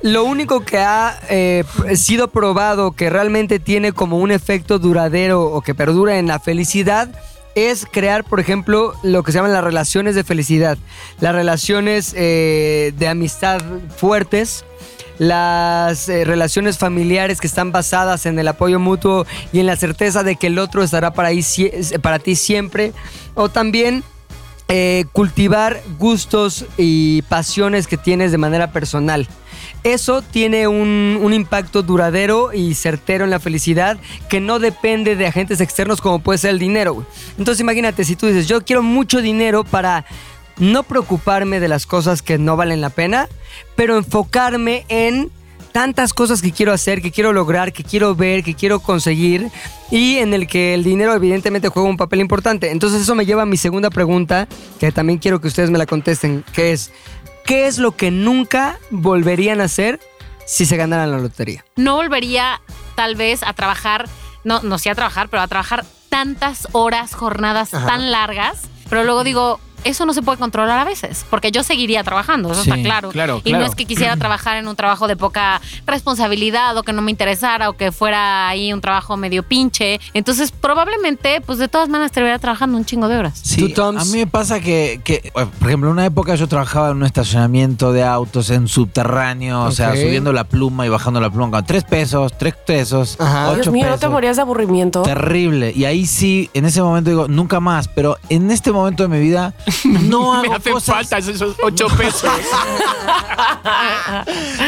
[SPEAKER 4] Lo único que ha eh, sido probado que realmente tiene como un efecto duradero o que perdura en la felicidad es crear, por ejemplo, lo que se llaman las relaciones de felicidad, las relaciones eh, de amistad fuertes, las eh, relaciones familiares que están basadas en el apoyo mutuo y en la certeza de que el otro estará para, ahí sie- para ti siempre, o también eh, cultivar gustos y pasiones que tienes de manera personal. Eso tiene un, un impacto duradero y certero en la felicidad que no depende de agentes externos como puede ser el dinero. güey. Entonces imagínate, si tú dices, yo quiero mucho dinero para no preocuparme de las cosas que no valen la pena, pero enfocarme en tantas cosas que quiero hacer, que quiero lograr, que quiero ver, que quiero conseguir y en el que el dinero evidentemente juega un papel importante. Entonces eso me lleva a mi segunda pregunta, que también quiero que ustedes me la contesten, que es, ¿qué es lo que nunca volverían a hacer si se ganaran la lotería?
[SPEAKER 1] no volvería tal vez a trabajar, no, no sí a trabajar, pero a trabajar tantas horas, jornadas tan largas, pero luego digo, eso no se puede controlar a veces, porque yo seguiría trabajando, eso
[SPEAKER 6] Sí,
[SPEAKER 1] está claro.
[SPEAKER 2] claro,
[SPEAKER 1] Y
[SPEAKER 2] claro.
[SPEAKER 1] no es que quisiera trabajar en un trabajo de poca responsabilidad o que no me interesara o que fuera ahí un trabajo medio pinche, entonces probablemente, pues de todas maneras, terminaría trabajando un chingo de horas.
[SPEAKER 6] Sí,
[SPEAKER 4] ¿Tú, Toms?
[SPEAKER 6] a mí me pasa que, que, por ejemplo, en una época yo trabajaba en un estacionamiento de autos en subterráneo, o sea,
[SPEAKER 4] Ok.
[SPEAKER 6] subiendo la pluma y bajando la pluma con tres pesos, tres pesos,
[SPEAKER 4] Ajá.
[SPEAKER 6] ocho
[SPEAKER 4] Dios
[SPEAKER 3] Dios mío, ¿no te
[SPEAKER 6] pesos.
[SPEAKER 3] morías de aburrimiento?
[SPEAKER 6] Terrible. Y ahí sí, en ese momento digo, nunca más. Pero en este momento de mi vida, no
[SPEAKER 2] Me
[SPEAKER 6] hago
[SPEAKER 2] hacen
[SPEAKER 6] cosas.
[SPEAKER 2] falta esos ocho pesos.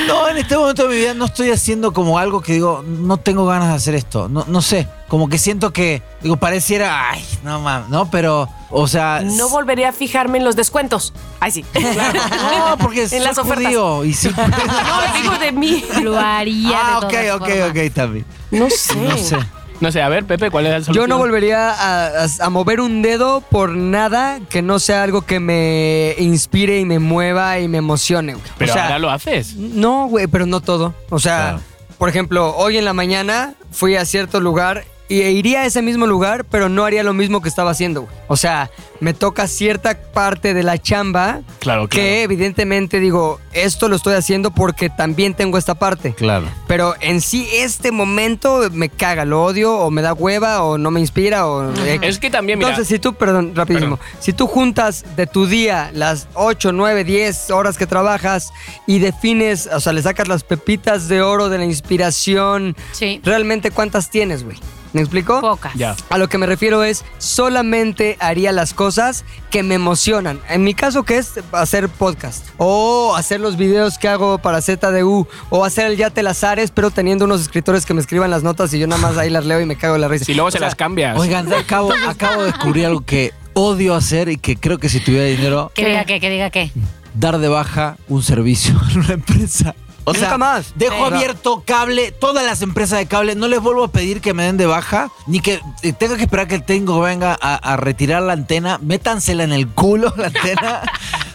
[SPEAKER 6] No, en este momento de mi vida no estoy haciendo como algo que digo, no tengo ganas de hacer esto. No, no sé. Como que siento que, digo, pareciera, ay, no mames, ¿no? Pero, o sea.
[SPEAKER 3] No volvería a fijarme en los descuentos. Ay, sí.
[SPEAKER 6] claro, no, porque
[SPEAKER 3] En
[SPEAKER 6] soy
[SPEAKER 3] las ofertas.
[SPEAKER 6] judío y sí.
[SPEAKER 3] No, digo de mí.
[SPEAKER 1] Lo haría.
[SPEAKER 6] Ah,
[SPEAKER 1] de
[SPEAKER 6] ok,
[SPEAKER 1] todas
[SPEAKER 6] ok,
[SPEAKER 1] formas.
[SPEAKER 6] ok, también.
[SPEAKER 3] No sé.
[SPEAKER 6] No sé.
[SPEAKER 2] No sé, a ver, Pepe, ¿cuál es la solución?
[SPEAKER 4] Yo no volvería a, a- a mover un dedo por nada que no sea algo que me inspire y me mueva y me emocione. güey.
[SPEAKER 2] Pero
[SPEAKER 4] o sea,
[SPEAKER 2] ahora lo haces.
[SPEAKER 4] No, güey, pero no todo. O sea,
[SPEAKER 6] Claro.
[SPEAKER 4] por ejemplo, hoy en la mañana fui a cierto lugar y e iría a ese mismo lugar, pero no haría lo mismo que estaba haciendo, güey. O sea, me toca cierta parte de la chamba
[SPEAKER 2] Claro, claro.
[SPEAKER 4] que evidentemente digo, esto lo estoy haciendo porque también tengo esta parte.
[SPEAKER 6] Claro.
[SPEAKER 4] Pero en sí este momento me caga, lo odio o me da hueva o no me inspira o... eh.
[SPEAKER 2] Es que también, mira,
[SPEAKER 4] Entonces, si tú, perdón, rapidísimo, si tú juntas de tu día las 8, 9, 10 horas que trabajas y defines, o sea, le sacas las pepitas de oro de la inspiración,
[SPEAKER 1] Sí,
[SPEAKER 4] ¿realmente cuántas tienes, güey? ¿Me explico?
[SPEAKER 1] pocas.
[SPEAKER 2] ya.
[SPEAKER 4] A lo que me refiero es, solamente haría las cosas que me emocionan. En mi caso, que es hacer podcast, o hacer los videos que hago para ZDU, o hacer el Yate Lazares, pero teniendo unos escritores que me escriban las notas y yo nada más ahí las leo y me cago en la risa.
[SPEAKER 2] Si luego se las cambias.
[SPEAKER 6] Oigan, acabo, acabo de descubrir algo que odio hacer y que creo que si tuviera dinero,
[SPEAKER 1] Que diga qué, que diga qué.
[SPEAKER 6] dar de baja un servicio en una empresa. O
[SPEAKER 4] Nunca
[SPEAKER 6] sea,
[SPEAKER 4] más.
[SPEAKER 6] dejo
[SPEAKER 4] Sí.
[SPEAKER 6] abierto cable, todas las empresas de cable, no les vuelvo a pedir que me den de baja, ni que eh, tenga que esperar que el técnico venga a, a retirar la antena, métansela en el culo la antena.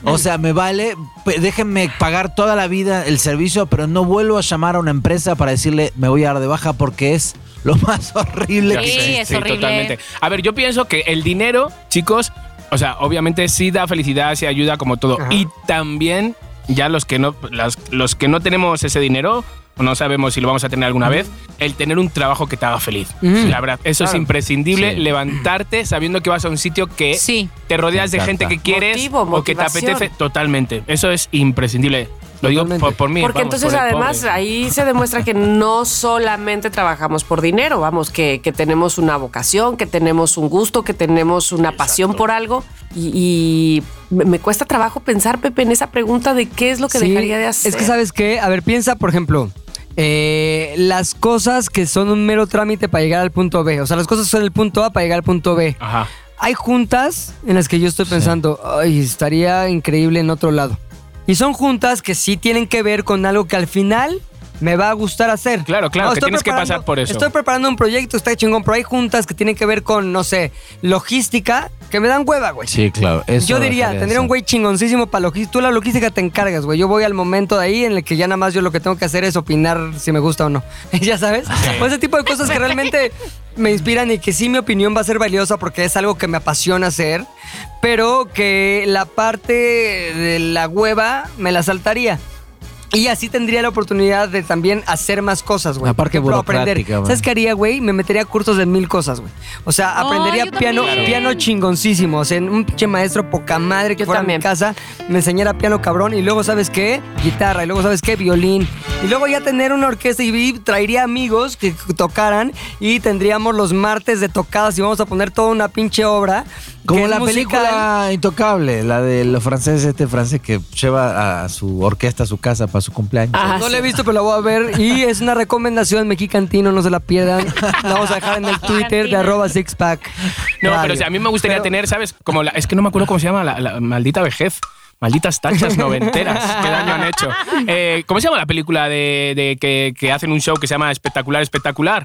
[SPEAKER 6] O sea, me vale, pe- déjenme pagar toda la vida el servicio, pero no vuelvo a llamar a una empresa para decirle me voy a dar de baja porque es lo más horrible
[SPEAKER 2] Ya
[SPEAKER 6] que
[SPEAKER 1] Sí,
[SPEAKER 2] sé,
[SPEAKER 1] es horrible.
[SPEAKER 2] totalmente. A ver, yo pienso que el dinero, chicos, o sea, obviamente sí da felicidad, sí ayuda como todo.
[SPEAKER 4] Ajá.
[SPEAKER 2] Y también, ya los que no, las- los que no tenemos ese dinero, o no sabemos si lo vamos a tener alguna vez, el tener un trabajo que te haga feliz.
[SPEAKER 4] Ujú.
[SPEAKER 2] La verdad, eso es
[SPEAKER 4] Claro.
[SPEAKER 2] imprescindible.
[SPEAKER 6] Sí.
[SPEAKER 2] Levantarte sabiendo que vas a un sitio que
[SPEAKER 1] Sí.
[SPEAKER 2] te rodeas de
[SPEAKER 6] Me encanta.
[SPEAKER 2] gente que quieres
[SPEAKER 3] Motivo,
[SPEAKER 2] o que te
[SPEAKER 3] motivación.
[SPEAKER 2] apetece. Totalmente. Eso es imprescindible. Lo digo
[SPEAKER 4] Totalmente.
[SPEAKER 2] por, por mí.
[SPEAKER 3] Porque
[SPEAKER 2] vamos,
[SPEAKER 3] entonces
[SPEAKER 2] por el
[SPEAKER 3] además
[SPEAKER 2] pobre.
[SPEAKER 3] ahí se demuestra que no solamente trabajamos por dinero, vamos, que, que tenemos una vocación, que tenemos un gusto, que tenemos una pasión por algo. Y, y me, me cuesta trabajo pensar, Pepe, en esa pregunta de qué es lo que
[SPEAKER 4] Sí,
[SPEAKER 3] dejaría de hacer.
[SPEAKER 4] Es que sabes qué, a ver, piensa, por ejemplo, eh, las cosas que son un mero trámite para llegar al punto B. O sea, las cosas son el punto A para llegar al punto B.
[SPEAKER 2] Ajá.
[SPEAKER 4] Hay juntas en las que yo estoy pensando, ay, estaría increíble en otro lado. Y son juntas que sí tienen que ver con algo que al final me va a gustar hacer.
[SPEAKER 2] Claro, claro, que
[SPEAKER 4] estoy
[SPEAKER 2] tienes que
[SPEAKER 4] preparando-
[SPEAKER 2] pasar por eso.
[SPEAKER 4] Estoy preparando un proyecto, está chingón, pero hay juntas que tienen que ver con, no sé, logística, que me dan hueva, güey.
[SPEAKER 6] Sí, claro. eso
[SPEAKER 4] Yo diría,
[SPEAKER 6] dejaría de
[SPEAKER 4] tendría un
[SPEAKER 6] hacer.
[SPEAKER 4] güey chingoncísimo para logística. Tú la logística te encargas, güey. Yo voy al momento de ahí en el que ya nada más yo lo que tengo que hacer es opinar si me gusta o no. ya sabes. O ese tipo de cosas que realmente me inspiran y que sí mi opinión va a ser valiosa porque es algo que me apasiona hacer, pero que la parte de la hueva me la saltaría. Y así tendría la oportunidad de también hacer más cosas, güey.
[SPEAKER 6] La parte
[SPEAKER 4] Por ejemplo, aprender.
[SPEAKER 6] burocrática, güey.
[SPEAKER 4] ¿Sabes qué haría, güey? Me metería a cursos de mil cosas, güey. O sea,
[SPEAKER 1] Oh,
[SPEAKER 4] aprendería
[SPEAKER 1] yo
[SPEAKER 4] piano,
[SPEAKER 1] también.
[SPEAKER 4] piano chingoncísimo. O sea, un pinche maestro poca madre que
[SPEAKER 3] Yo
[SPEAKER 4] fuera a
[SPEAKER 3] también.
[SPEAKER 4] mi casa me enseñara piano cabrón y luego, ¿sabes qué? Guitarra y luego, ¿sabes qué? Violín. Y luego ya tener una orquesta y vi- traería amigos que tocaran y tendríamos los martes de tocadas y vamos a poner toda una pinche obra. que
[SPEAKER 6] Como
[SPEAKER 4] es
[SPEAKER 6] la
[SPEAKER 4] musical.
[SPEAKER 6] película ¿eh? Intocable, la de los franceses, este francés que lleva a su orquesta a su casa para su cumpleaños.
[SPEAKER 3] Ah,
[SPEAKER 4] No
[SPEAKER 3] sí.
[SPEAKER 4] la he visto, pero la voy a ver. Y es una recomendación, Meki Cantino, no se la pierdan. La vamos a dejar en el Twitter de
[SPEAKER 1] Cantino.
[SPEAKER 4] arroba sixpack.
[SPEAKER 2] No, pero
[SPEAKER 4] Radio.
[SPEAKER 2] o sea, a mí me gustaría
[SPEAKER 4] Pero-
[SPEAKER 2] tener, ¿sabes? Como la, es que no me acuerdo cómo se llama la, la maldita vejez. Malditas tachas noventeras, qué daño han hecho. Eh, ¿Cómo se llama la película de, de que, que hacen un show que se llama Espectacular, Espectacular?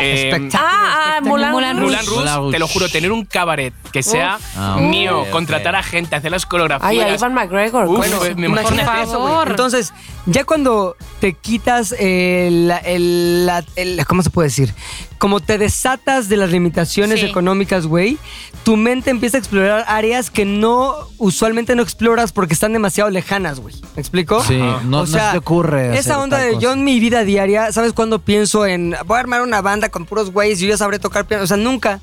[SPEAKER 2] Eh,
[SPEAKER 4] Espectacular.
[SPEAKER 3] Ah, ah, Mulan,
[SPEAKER 1] Mulan
[SPEAKER 3] Rouge.
[SPEAKER 2] Mulan
[SPEAKER 6] Moulin
[SPEAKER 2] Rouge,
[SPEAKER 6] Rouge.
[SPEAKER 2] te lo juro, tener un cabaret que sea
[SPEAKER 6] Ah,
[SPEAKER 2] mío,
[SPEAKER 6] ok, ok.
[SPEAKER 2] contratar a gente, hacer las coreografías.
[SPEAKER 3] Ay, a Ivan McGregor.
[SPEAKER 2] Uf,
[SPEAKER 3] bueno.
[SPEAKER 2] me
[SPEAKER 4] Imagínate
[SPEAKER 2] imagino
[SPEAKER 4] eso, güey. Entonces, ya cuando te quitas el, el- la- el- ¿Cómo se puede decir? Como te desatas de las limitaciones
[SPEAKER 1] Sí.
[SPEAKER 4] económicas, güey, tu mente empieza a explorar áreas que no usualmente no exploras porque están demasiado lejanas, güey. ¿Me explico?
[SPEAKER 6] Sí,
[SPEAKER 2] Ajá.
[SPEAKER 6] no, no se te ocurre.
[SPEAKER 4] Esa
[SPEAKER 6] hacer
[SPEAKER 4] onda
[SPEAKER 6] tal
[SPEAKER 4] de
[SPEAKER 6] cosa.
[SPEAKER 4] yo en mi vida diaria, ¿sabes cuándo pienso en voy a armar una banda con puros güeyes y yo ya sabré tocar piano? O sea, nunca.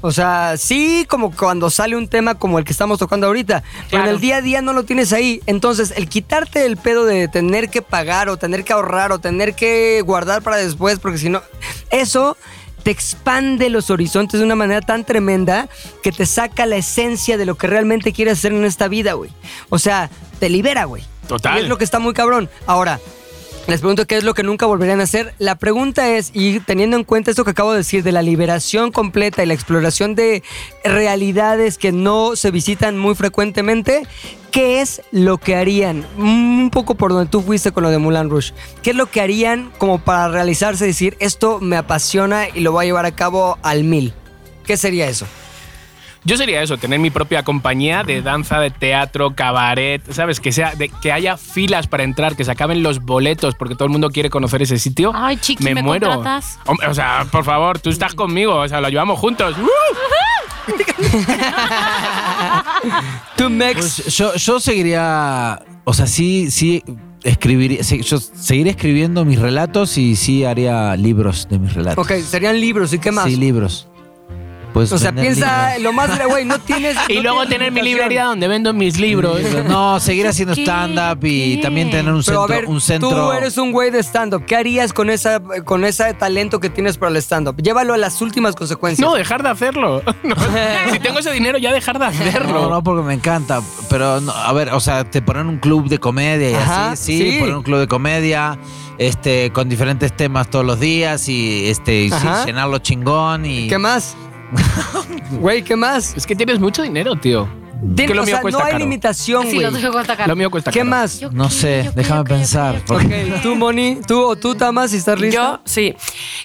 [SPEAKER 4] O sea, sí, como cuando sale un tema como el que estamos tocando ahorita, pero en el día a día no lo tienes ahí. Entonces, el quitarte el pedo de tener que pagar o tener que ahorrar o tener que guardar para después, porque si no, eso te expande los horizontes de una manera tan tremenda que te saca la esencia de lo que realmente quieres hacer en esta vida, güey. O sea, te libera, güey.
[SPEAKER 2] Total.
[SPEAKER 4] Y es lo que está muy cabrón. Ahora, les pregunto qué es lo que nunca volverían a hacer. La pregunta es, y teniendo en cuenta esto que acabo de decir, de la liberación completa y la exploración de realidades que no se visitan muy frecuentemente, ¿qué es lo que harían? Mm, Un poco por donde tú fuiste con lo de Mulan Rush. ¿Qué es lo que harían como para realizarse y decir, esto me apasiona y lo voy a llevar a cabo al mil? ¿Qué sería eso?
[SPEAKER 2] Yo sería eso, tener mi propia compañía de danza, de teatro, cabaret, ¿sabes? Que, sea, de- que haya filas para entrar, que se acaben los boletos, porque todo el mundo quiere conocer ese sitio.
[SPEAKER 1] Ay, chiqui,
[SPEAKER 2] me,
[SPEAKER 1] ¿me
[SPEAKER 2] muero.
[SPEAKER 1] contratas?
[SPEAKER 2] Hombre, o sea, por favor, tú estás conmigo, o sea, lo llevamos juntos. ¡Uh!
[SPEAKER 4] Tú, Mex.
[SPEAKER 6] Pues yo, yo seguiría. O sea, sí, sí escribiría. sí, Yo seguiría escribiendo mis relatos y sí haría libros de mis relatos.
[SPEAKER 4] ok, serían libros, ¿y qué más?
[SPEAKER 6] Sí, libros. Pues
[SPEAKER 4] o sea,
[SPEAKER 6] vender
[SPEAKER 4] piensa
[SPEAKER 6] libros.
[SPEAKER 4] lo más... Güey, no tienes...
[SPEAKER 2] Y
[SPEAKER 4] no
[SPEAKER 2] luego
[SPEAKER 4] tienes
[SPEAKER 2] tener mi
[SPEAKER 4] limitación.
[SPEAKER 2] librería donde vendo mis libros.
[SPEAKER 6] No, seguir haciendo
[SPEAKER 1] ¿Qué?
[SPEAKER 6] stand-up y
[SPEAKER 1] ¿Qué?
[SPEAKER 6] también tener un
[SPEAKER 4] Pero
[SPEAKER 6] centro.
[SPEAKER 4] a ver,
[SPEAKER 6] un centro
[SPEAKER 4] tú eres un güey de stand-up. ¿Qué harías con, esa, con ese talento que tienes para el stand-up? Llévalo a las últimas consecuencias.
[SPEAKER 2] No, dejar de hacerlo. No, si tengo ese dinero, ya dejar de hacerlo.
[SPEAKER 6] No, no, porque me encanta. Pero, no, a ver, o sea, te ponen un club de comedia y
[SPEAKER 4] Ajá,
[SPEAKER 6] así. Sí,
[SPEAKER 4] sí.
[SPEAKER 6] poner un club de comedia este, con diferentes temas todos los días y, este, y sí,
[SPEAKER 4] Ajá.
[SPEAKER 6] llenarlo chingón. Y,
[SPEAKER 4] ¿Qué más? Güey, ¿qué más?
[SPEAKER 2] Es que tienes mucho dinero, tío.
[SPEAKER 4] Dile,
[SPEAKER 2] que lo
[SPEAKER 4] o
[SPEAKER 2] mío
[SPEAKER 4] sea,
[SPEAKER 2] cuesta
[SPEAKER 4] no hay
[SPEAKER 2] caro.
[SPEAKER 4] limitación,
[SPEAKER 1] Sí,
[SPEAKER 4] güey.
[SPEAKER 1] lo tengo que atacar.
[SPEAKER 2] Lo mío cuesta
[SPEAKER 4] ¿Qué
[SPEAKER 2] caro.
[SPEAKER 4] más?
[SPEAKER 1] Yo
[SPEAKER 6] No
[SPEAKER 1] creo,
[SPEAKER 6] sé,
[SPEAKER 1] yo
[SPEAKER 6] déjame
[SPEAKER 1] creo, yo
[SPEAKER 6] pensar.
[SPEAKER 1] creo.
[SPEAKER 6] porque-
[SPEAKER 4] Ok, tú, Moni, tú o tú, Tamas, si estás listo.
[SPEAKER 3] Yo, sí.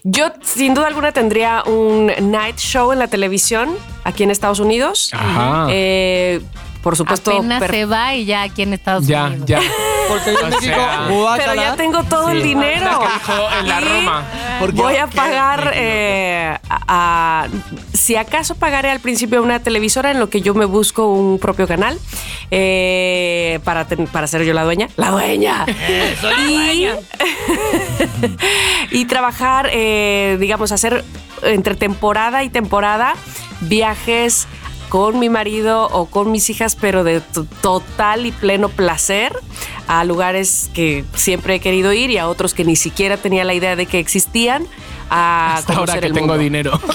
[SPEAKER 3] Yo, sin duda alguna, tendría un night show en la televisión aquí en Estados Unidos.
[SPEAKER 2] Ajá.
[SPEAKER 3] Eh, por supuesto,
[SPEAKER 1] Apenas
[SPEAKER 3] per-
[SPEAKER 1] se va y ya aquí en Estados
[SPEAKER 2] Ya,
[SPEAKER 1] Unidos.
[SPEAKER 2] ya.
[SPEAKER 4] Porque yo
[SPEAKER 2] O
[SPEAKER 4] en México,
[SPEAKER 2] sea,
[SPEAKER 3] pero
[SPEAKER 4] guácala.
[SPEAKER 3] ya tengo todo el dinero.
[SPEAKER 2] que dijo en la
[SPEAKER 3] Y
[SPEAKER 2] Roma.
[SPEAKER 3] Voy a pagar, eh, a- a- si acaso pagaré al principio una televisora en lo que yo me busco un propio canal eh, para, ten- para ser yo la dueña. La dueña. y, y trabajar, eh, digamos, hacer entre temporada y temporada viajes con mi marido o con mis hijas, pero de to- total y pleno placer a lugares que siempre he querido ir y a otros que ni siquiera tenía la idea de que existían. A
[SPEAKER 2] Hasta ahora
[SPEAKER 3] conocer
[SPEAKER 2] que
[SPEAKER 3] el
[SPEAKER 2] tengo pues,
[SPEAKER 3] mundo.
[SPEAKER 2] dinero.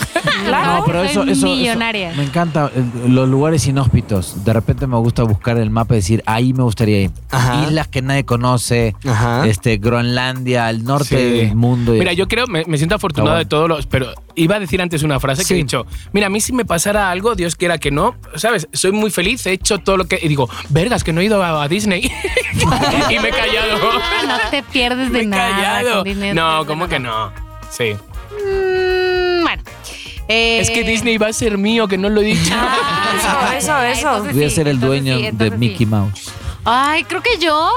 [SPEAKER 3] Claro.
[SPEAKER 6] No, pero eso,
[SPEAKER 1] Soy
[SPEAKER 6] eso- eso-
[SPEAKER 1] millonaria.
[SPEAKER 6] me encanta eh, los lugares inhóspitos. De repente me gusta buscar el mapa y decir, ahí me gustaría ir.
[SPEAKER 4] Ajá.
[SPEAKER 6] Islas que nadie conoce,
[SPEAKER 4] Ajá.
[SPEAKER 6] este Groenlandia, el norte
[SPEAKER 2] Sí.
[SPEAKER 6] del mundo. y-
[SPEAKER 2] Mira, yo creo, me, me siento afortunado
[SPEAKER 6] Está
[SPEAKER 2] de todos los. Pero iba a decir antes una frase que
[SPEAKER 4] Sí.
[SPEAKER 2] he dicho: Mira, a mí si me pasara algo, Dios quiera que no, ¿sabes? Soy muy feliz, he hecho todo lo que. Y digo, vergas, que no he ido a, a Disney. y me he callado.
[SPEAKER 1] Ah, no te pierdes de
[SPEAKER 2] me he
[SPEAKER 1] nada.
[SPEAKER 2] callado.
[SPEAKER 1] con
[SPEAKER 2] No,
[SPEAKER 1] Disney, te pierdes de
[SPEAKER 2] ¿cómo que
[SPEAKER 1] nada.
[SPEAKER 2] no? Sí.
[SPEAKER 1] Mm, bueno. Eh,
[SPEAKER 2] Es que Disney va a ser mío, que no lo he dicho.
[SPEAKER 1] Ah,
[SPEAKER 3] Eso, eso, eso.
[SPEAKER 1] entonces
[SPEAKER 6] Voy a
[SPEAKER 1] sí,
[SPEAKER 6] ser el
[SPEAKER 1] entonces
[SPEAKER 6] dueño
[SPEAKER 1] sí,
[SPEAKER 6] de
[SPEAKER 1] entonces sí.
[SPEAKER 6] Mickey Mouse.
[SPEAKER 1] Ay, creo que yo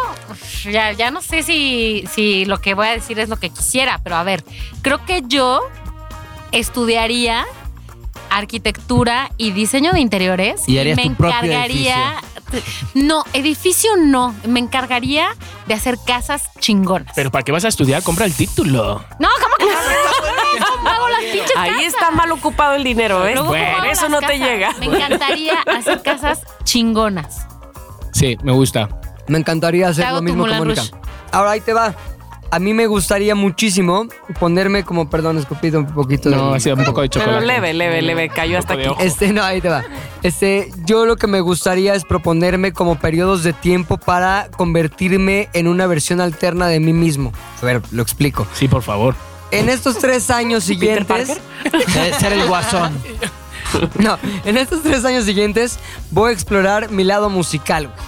[SPEAKER 1] ya, ya no sé si, si lo que voy a decir es lo que quisiera, pero a ver, creo que yo estudiaría arquitectura y diseño de interiores
[SPEAKER 6] Y harías
[SPEAKER 1] me
[SPEAKER 6] tu propio
[SPEAKER 1] encargaría no, edificio no, me encargaría de hacer casas chingonas.
[SPEAKER 2] pero ¿para qué vas a estudiar? Compra el título.
[SPEAKER 1] no, ¿cómo que no? Yo pago las pinches
[SPEAKER 3] Ahí
[SPEAKER 1] casas.
[SPEAKER 3] está mal ocupado el dinero, ¿eh?
[SPEAKER 1] Luego, ¿cómo
[SPEAKER 2] Bueno.
[SPEAKER 1] hago
[SPEAKER 3] Eso
[SPEAKER 1] las
[SPEAKER 3] no te
[SPEAKER 1] casas?
[SPEAKER 3] llega.
[SPEAKER 1] Me encantaría hacer casas chingonas.
[SPEAKER 2] Sí, me gusta.
[SPEAKER 4] Me encantaría hacer
[SPEAKER 1] Te hago
[SPEAKER 4] lo
[SPEAKER 1] tu
[SPEAKER 4] mismo que
[SPEAKER 1] Moulin
[SPEAKER 4] Mónica.
[SPEAKER 1] Rouge.
[SPEAKER 4] Ahora ahí te va. A mí me gustaría muchísimo ponerme como, perdón, escupido un poquito.
[SPEAKER 2] No,
[SPEAKER 4] de-
[SPEAKER 2] ha sido un poco de chocolate.
[SPEAKER 3] Pero leve, leve,
[SPEAKER 2] Mm,
[SPEAKER 3] leve, cayó hasta
[SPEAKER 2] Un poco
[SPEAKER 3] aquí.
[SPEAKER 2] de ojo.
[SPEAKER 4] Este, no, ahí te va. Este, yo lo que me gustaría es proponerme como periodos de tiempo para convertirme en una versión alterna de mí mismo. A ver, lo explico.
[SPEAKER 2] Sí, por favor.
[SPEAKER 4] En estos tres años siguientes.
[SPEAKER 6] Ser ser el guasón.
[SPEAKER 4] No, en estos tres años siguientes voy a explorar mi lado musical. güey.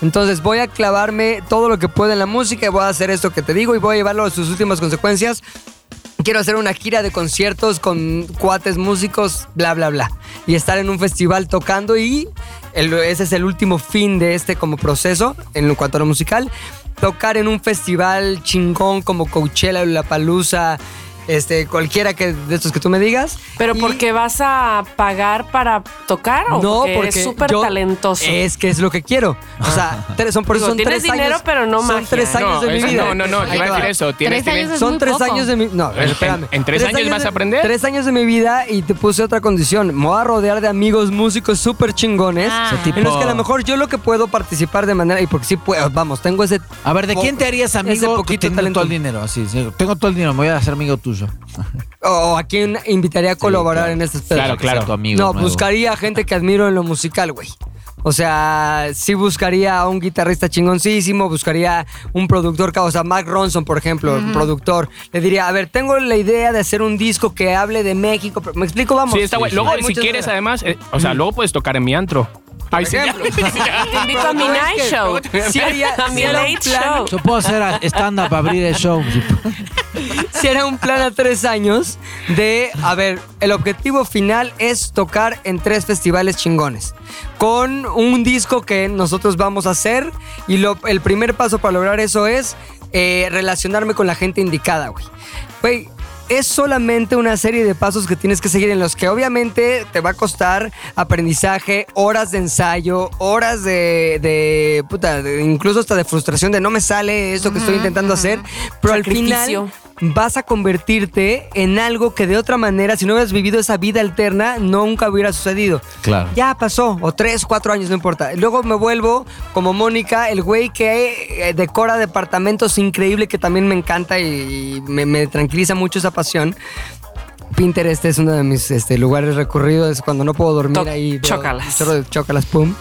[SPEAKER 4] Entonces voy a clavarme todo lo que pueda en la música y voy a hacer esto que te digo y voy a llevarlo a sus últimas consecuencias. Quiero hacer una gira de conciertos con cuates músicos, bla, bla, bla. Y estar en un festival tocando y el- ese es el último fin de este como proceso en cuanto a lo musical. Tocar en un festival chingón como Coachella, La Palusa, este, cualquiera que, de estos que tú me digas.
[SPEAKER 3] Pero
[SPEAKER 4] Y-
[SPEAKER 3] porque vas a pagar para tocar o
[SPEAKER 4] no,
[SPEAKER 3] porque,
[SPEAKER 4] porque
[SPEAKER 3] es súper
[SPEAKER 4] yo-
[SPEAKER 3] talentoso.
[SPEAKER 4] Es que es lo que quiero. O sea, tres- son por eso
[SPEAKER 3] Digo,
[SPEAKER 4] son tres
[SPEAKER 3] tienes dinero,
[SPEAKER 4] años.
[SPEAKER 3] pero no
[SPEAKER 4] son
[SPEAKER 3] magia.
[SPEAKER 4] tres años
[SPEAKER 2] no,
[SPEAKER 4] de mi
[SPEAKER 2] es-
[SPEAKER 4] vida.
[SPEAKER 2] no, no, no, te
[SPEAKER 4] Ahí
[SPEAKER 2] iba a
[SPEAKER 4] te va.
[SPEAKER 2] decir eso. Tienes,
[SPEAKER 1] Tres años
[SPEAKER 2] tienes-
[SPEAKER 1] es
[SPEAKER 4] Son
[SPEAKER 1] muy
[SPEAKER 4] tres
[SPEAKER 1] poco.
[SPEAKER 4] años de mi No,
[SPEAKER 2] En-
[SPEAKER 4] espérame.
[SPEAKER 2] en tres años vas
[SPEAKER 4] de-
[SPEAKER 2] a aprender.
[SPEAKER 4] Tres años de mi vida y te puse otra condición. Me voy a rodear de amigos músicos súper chingones.
[SPEAKER 1] Ah. Ese
[SPEAKER 6] tipo-
[SPEAKER 4] En los que a lo mejor yo lo que puedo participar de manera. Y porque sí puedo, vamos, tengo ese.
[SPEAKER 6] A ver, ¿de
[SPEAKER 4] po-
[SPEAKER 6] quién te harías
[SPEAKER 4] ese
[SPEAKER 6] amigo que
[SPEAKER 4] poquito
[SPEAKER 6] tengo
[SPEAKER 4] talento.
[SPEAKER 6] todo el dinero? Así, sí, tengo todo el dinero, me voy a hacer amigo tuyo.
[SPEAKER 4] O a quién invitaría a colaborar
[SPEAKER 6] claro.
[SPEAKER 4] en estas
[SPEAKER 2] Claro,
[SPEAKER 6] Que sea
[SPEAKER 2] claro.
[SPEAKER 6] tu amigo
[SPEAKER 4] no,
[SPEAKER 6] nuevo.
[SPEAKER 4] buscaría gente que admiro en lo musical, güey. O sea, sí buscaría a un guitarrista chingoncísimo, buscaría un productor, o sea, Mark Ronson, por ejemplo, un productor. Le diría, a ver, tengo la idea de hacer un disco que hable de México. pero- ¿Me explico? Vamos.
[SPEAKER 2] Sí, está guay. Luego,
[SPEAKER 4] Hay
[SPEAKER 2] si
[SPEAKER 4] muchas
[SPEAKER 2] quieres, además,
[SPEAKER 4] maneras.
[SPEAKER 2] eh, o sea, luego puedes tocar en mi antro. Ay, sí, ya.
[SPEAKER 3] Te invito a mi
[SPEAKER 4] No, es
[SPEAKER 3] night
[SPEAKER 4] que-
[SPEAKER 3] show.
[SPEAKER 4] Sí haría-
[SPEAKER 3] a mi
[SPEAKER 4] sí haría un
[SPEAKER 3] late
[SPEAKER 4] plan.
[SPEAKER 3] show.
[SPEAKER 6] Yo puedo hacer a- stand-up, abrir el show.
[SPEAKER 4] Si era un plan a tres años de, a ver, el objetivo final es tocar en tres festivales chingones. Con un disco que nosotros vamos a hacer. Y lo- el primer paso para lograr eso es eh, relacionarme con la gente indicada, güey. Güey, es solamente una serie de pasos que tienes que seguir en los que obviamente te va a costar aprendizaje, horas de ensayo, horas de, de puta, de- incluso hasta de frustración de no me sale esto que estoy intentando hacer, pero al
[SPEAKER 3] Sacrificio.
[SPEAKER 4] final vas a convertirte en algo que de otra manera, si no hubieras vivido esa vida alterna, nunca hubiera sucedido.
[SPEAKER 6] Claro.
[SPEAKER 4] Ya pasó, o tres, cuatro años, no importa. Luego me vuelvo como Mónica, el güey que eh, decora departamentos increíble, que también me encanta y, y me, me tranquiliza mucho esa pasión. Pinterest es uno de mis este, lugares recurridos cuando no puedo dormir
[SPEAKER 3] Toc-
[SPEAKER 4] ahí. veo
[SPEAKER 3] chócalas.
[SPEAKER 4] un chorro de chócalas, pum.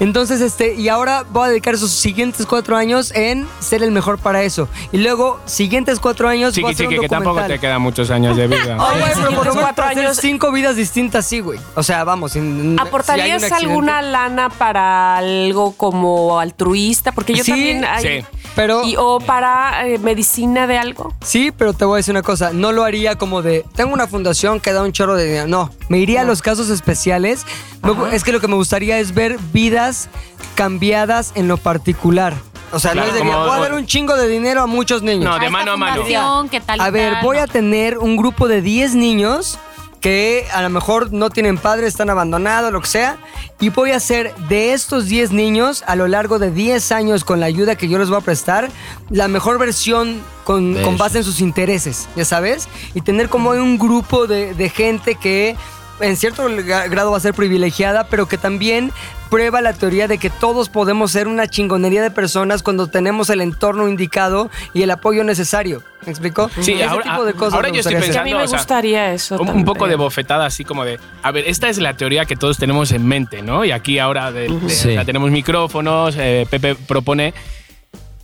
[SPEAKER 4] Entonces, este, y ahora voy a dedicar esos siguientes cuatro años en ser el mejor para eso. Y luego, siguientes cuatro años, voy a
[SPEAKER 2] Chiqui,
[SPEAKER 4] hacer un
[SPEAKER 2] chiqui, que tampoco
[SPEAKER 4] documental.
[SPEAKER 2] te quedan muchos años de vida.
[SPEAKER 4] Ah, güey, pero por lo
[SPEAKER 3] Siguientes
[SPEAKER 4] menos
[SPEAKER 3] cuatro
[SPEAKER 4] para hacer
[SPEAKER 3] años-
[SPEAKER 4] cinco vidas distintas, sí, güey. O sea, vamos. sin-
[SPEAKER 3] ¿Aportarías
[SPEAKER 4] si hay un accidente.
[SPEAKER 3] alguna lana para algo como altruista? Porque yo
[SPEAKER 4] Sí,
[SPEAKER 3] también... hay-
[SPEAKER 2] sí.
[SPEAKER 4] Pero
[SPEAKER 3] y- ¿O para eh, medicina de algo?
[SPEAKER 4] sí, pero te voy a decir una cosa, no lo haría como de tengo una fundación que da un chorro de dinero. No, me iría a los casos especiales. Me gu- es que lo que me gustaría es ver vidas cambiadas en lo particular. O sea,
[SPEAKER 2] Claro,
[SPEAKER 4] no es de
[SPEAKER 2] como-
[SPEAKER 4] voy a dar un chingo de dinero a muchos niños.
[SPEAKER 2] No, de mano a mano.
[SPEAKER 1] ¿qué tal?
[SPEAKER 4] A ver, voy a tener un grupo de 10 niños que a lo mejor no tienen padres, están abandonados, lo que sea, y voy a hacer de estos 10 niños a lo largo de 10 años con la ayuda que yo les voy a prestar, la mejor versión con,
[SPEAKER 6] De
[SPEAKER 4] con
[SPEAKER 6] eso.
[SPEAKER 4] base en sus intereses, ya sabes, y tener como un grupo de, de gente que en cierto gra- grado va a ser privilegiada, pero que también prueba la teoría de que todos podemos ser una chingonería de personas cuando tenemos el entorno indicado y el apoyo necesario. ¿Me explicó?
[SPEAKER 2] Sí,
[SPEAKER 4] Ese
[SPEAKER 2] ahora- ah,
[SPEAKER 4] tipo de cosas
[SPEAKER 2] ahora
[SPEAKER 4] me
[SPEAKER 2] yo estoy
[SPEAKER 4] gustaría
[SPEAKER 3] Que
[SPEAKER 4] hacer.
[SPEAKER 3] a mí
[SPEAKER 2] Pensando,
[SPEAKER 3] me
[SPEAKER 2] o sea,
[SPEAKER 3] gustaría eso.
[SPEAKER 2] Un, un
[SPEAKER 3] también.
[SPEAKER 2] poco de bofetada así como de, a ver, esta es la teoría que todos tenemos en mente, ¿no? Y aquí ahora de- de-
[SPEAKER 6] Sí.
[SPEAKER 2] o sea, tenemos micrófonos, eh, Pepe propone,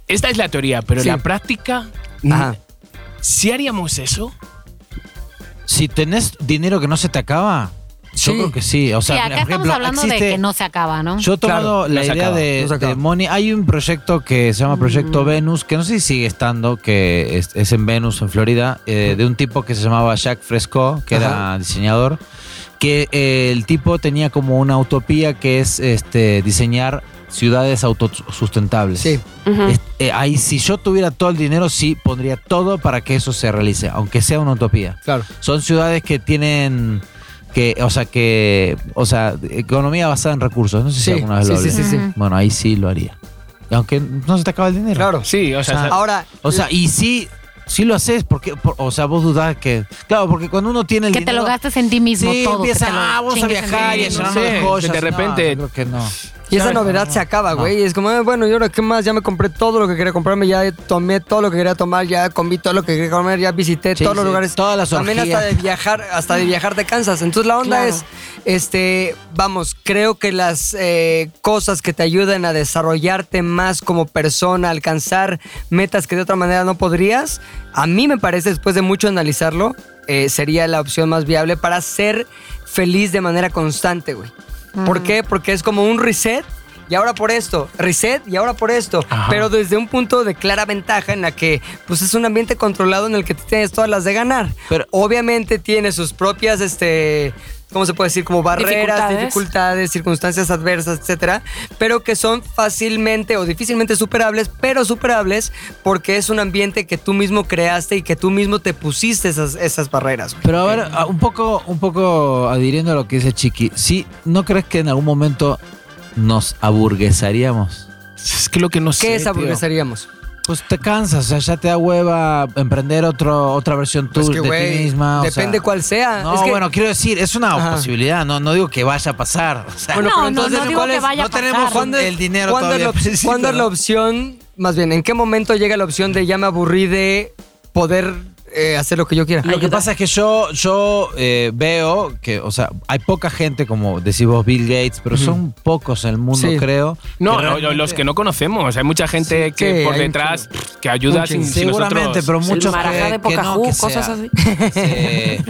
[SPEAKER 2] esta es la teoría, pero
[SPEAKER 4] Sí.
[SPEAKER 2] en la práctica,
[SPEAKER 4] Ajá.
[SPEAKER 2] si haríamos eso,
[SPEAKER 6] Si tenés dinero que no se te acaba,
[SPEAKER 4] Sí.
[SPEAKER 6] yo creo que sí. O
[SPEAKER 1] Sí, acá
[SPEAKER 6] sea, mira, por
[SPEAKER 1] estamos
[SPEAKER 6] ejemplo,
[SPEAKER 1] hablando
[SPEAKER 6] existe-
[SPEAKER 1] de que no se acaba, ¿no?
[SPEAKER 6] Yo he tomado
[SPEAKER 2] Claro,
[SPEAKER 6] la
[SPEAKER 2] no se
[SPEAKER 6] idea
[SPEAKER 2] acaba,
[SPEAKER 6] de,
[SPEAKER 4] no se acaba.
[SPEAKER 6] de Moni. Hay un proyecto que se llama Proyecto Venus, que no sé si sigue estando, que es, es en Venus, en Florida, eh, de un tipo que se llamaba Jacques Fresco, que era diseñador, que eh, el tipo tenía como una utopía que es este, diseñar ciudades autosustentables.
[SPEAKER 4] Sí.
[SPEAKER 3] Ujú.
[SPEAKER 1] Ah.
[SPEAKER 6] Es- eh, ahí, si yo tuviera todo el dinero, sí pondría todo para que eso se realice, aunque sea una utopía
[SPEAKER 4] Claro.
[SPEAKER 6] son ciudades que tienen que o sea que o sea economía basada en recursos no sé
[SPEAKER 4] Sí,
[SPEAKER 6] si alguna vez
[SPEAKER 4] sí,
[SPEAKER 6] lo
[SPEAKER 4] sí,
[SPEAKER 6] hablé.
[SPEAKER 4] sí, sí.
[SPEAKER 1] Ujú.
[SPEAKER 6] bueno ahí sí lo haría aunque no se te acaba el dinero
[SPEAKER 4] Claro.
[SPEAKER 2] sí, o sea,
[SPEAKER 6] Ah.
[SPEAKER 4] Ahora,
[SPEAKER 6] o sea y sí sí lo haces porque por- o sea vos dudás que claro porque cuando uno tiene el
[SPEAKER 1] que te
[SPEAKER 6] dinero
[SPEAKER 1] lo gastes en ti mismo
[SPEAKER 6] sí,
[SPEAKER 1] todo. que
[SPEAKER 6] empieza
[SPEAKER 1] te lo
[SPEAKER 6] ah, vamos a
[SPEAKER 1] chingues en
[SPEAKER 6] viajar
[SPEAKER 1] ti
[SPEAKER 6] y a
[SPEAKER 1] mismo.
[SPEAKER 2] llenar-
[SPEAKER 6] llenarnos
[SPEAKER 2] Sí,
[SPEAKER 6] de joyas
[SPEAKER 2] que de
[SPEAKER 6] No,
[SPEAKER 2] repente-
[SPEAKER 6] yo creo que no
[SPEAKER 4] Y esa
[SPEAKER 6] ¿Sabes?
[SPEAKER 4] novedad se acaba, güey. Y es como, eh, bueno, ¿y ahora qué más? Ya me compré todo lo que quería comprarme, ya tomé todo lo que quería tomar, ya comí todo lo que quería comer, ya visité
[SPEAKER 6] Sí,
[SPEAKER 4] todos los
[SPEAKER 6] sí,
[SPEAKER 4] lugares.
[SPEAKER 6] todas las
[SPEAKER 4] También hasta
[SPEAKER 6] orgías.
[SPEAKER 4] de viajar, hasta de viajar te cansas. Entonces la onda
[SPEAKER 3] Claro.
[SPEAKER 4] es, este, vamos, creo que las eh, cosas que te ayudan a desarrollarte más como persona, a alcanzar metas que de otra manera no podrías, a mí me parece, después de mucho analizarlo, eh, sería la opción más viable para ser feliz de manera constante, güey.
[SPEAKER 6] Mm.
[SPEAKER 4] ¿Por qué? Porque es como un reset y ahora por esto, reset y ahora por esto,
[SPEAKER 2] Ajá.
[SPEAKER 4] pero desde un punto de clara ventaja en la que pues es un ambiente controlado en el que tienes todas las de ganar.
[SPEAKER 6] Pero-
[SPEAKER 4] obviamente tiene sus propias este ¿Cómo se puede decir? Como barreras,
[SPEAKER 3] Dificultades.
[SPEAKER 4] dificultades, circunstancias adversas, etcétera, pero que son fácilmente o difícilmente superables, pero superables porque es un ambiente que tú mismo creaste y que tú mismo te pusiste esas, esas barreras. güey.
[SPEAKER 6] Pero a ver, a- un poco, un poco adhiriendo a lo que dice Chiqui, ¿sí, ¿no crees que en algún momento nos aburguesaríamos?
[SPEAKER 2] Es que lo que no sé.
[SPEAKER 4] ¿Qué es
[SPEAKER 2] tío.
[SPEAKER 4] aburguesaríamos?
[SPEAKER 6] Pues te cansas, o sea, ya te da hueva emprender otro, otra versión tú,
[SPEAKER 4] Pues que,
[SPEAKER 6] de
[SPEAKER 4] güey,
[SPEAKER 6] ti misma. o sea.
[SPEAKER 4] depende cuál sea.
[SPEAKER 6] No,
[SPEAKER 4] Es que-
[SPEAKER 6] bueno, quiero decir, es una
[SPEAKER 4] Ajá.
[SPEAKER 6] posibilidad, no, no digo que vaya a pasar. o sea,
[SPEAKER 1] Bueno, No, pero no, entonces, no digo
[SPEAKER 6] ¿cuál
[SPEAKER 1] que
[SPEAKER 6] es?
[SPEAKER 1] vaya a
[SPEAKER 6] No tenemos
[SPEAKER 1] pasar.
[SPEAKER 6] un- el dinero
[SPEAKER 4] ¿cuándo
[SPEAKER 6] todavía.
[SPEAKER 4] es la op-
[SPEAKER 6] precisito,
[SPEAKER 4] ¿Cuándo es la
[SPEAKER 6] ¿no?
[SPEAKER 4] opción, más bien, en qué momento llega la opción de ya me aburrí de poder eh, hacer lo que yo quiera?
[SPEAKER 6] Lo que pasa es que yo, yo eh, veo que, o sea, hay poca gente, como decís vos, Bill Gates, pero son pocos en el mundo,
[SPEAKER 4] Sí. eh,
[SPEAKER 6] creo.
[SPEAKER 2] No,
[SPEAKER 6] que
[SPEAKER 2] no,
[SPEAKER 6] realmente-
[SPEAKER 2] los que no conocemos. Hay mucha gente
[SPEAKER 4] Sí,
[SPEAKER 2] que
[SPEAKER 4] sí,
[SPEAKER 2] por
[SPEAKER 4] hay un
[SPEAKER 2] detrás pff, que ayuda
[SPEAKER 4] Un
[SPEAKER 2] sin,
[SPEAKER 4] chingo.
[SPEAKER 2] sin
[SPEAKER 6] Seguramente,
[SPEAKER 2] nosotros.
[SPEAKER 6] pero muchos
[SPEAKER 3] marajá
[SPEAKER 6] que,
[SPEAKER 3] de
[SPEAKER 6] que no,
[SPEAKER 3] Pocahú,
[SPEAKER 6] que se-
[SPEAKER 3] cosas así.
[SPEAKER 6] se-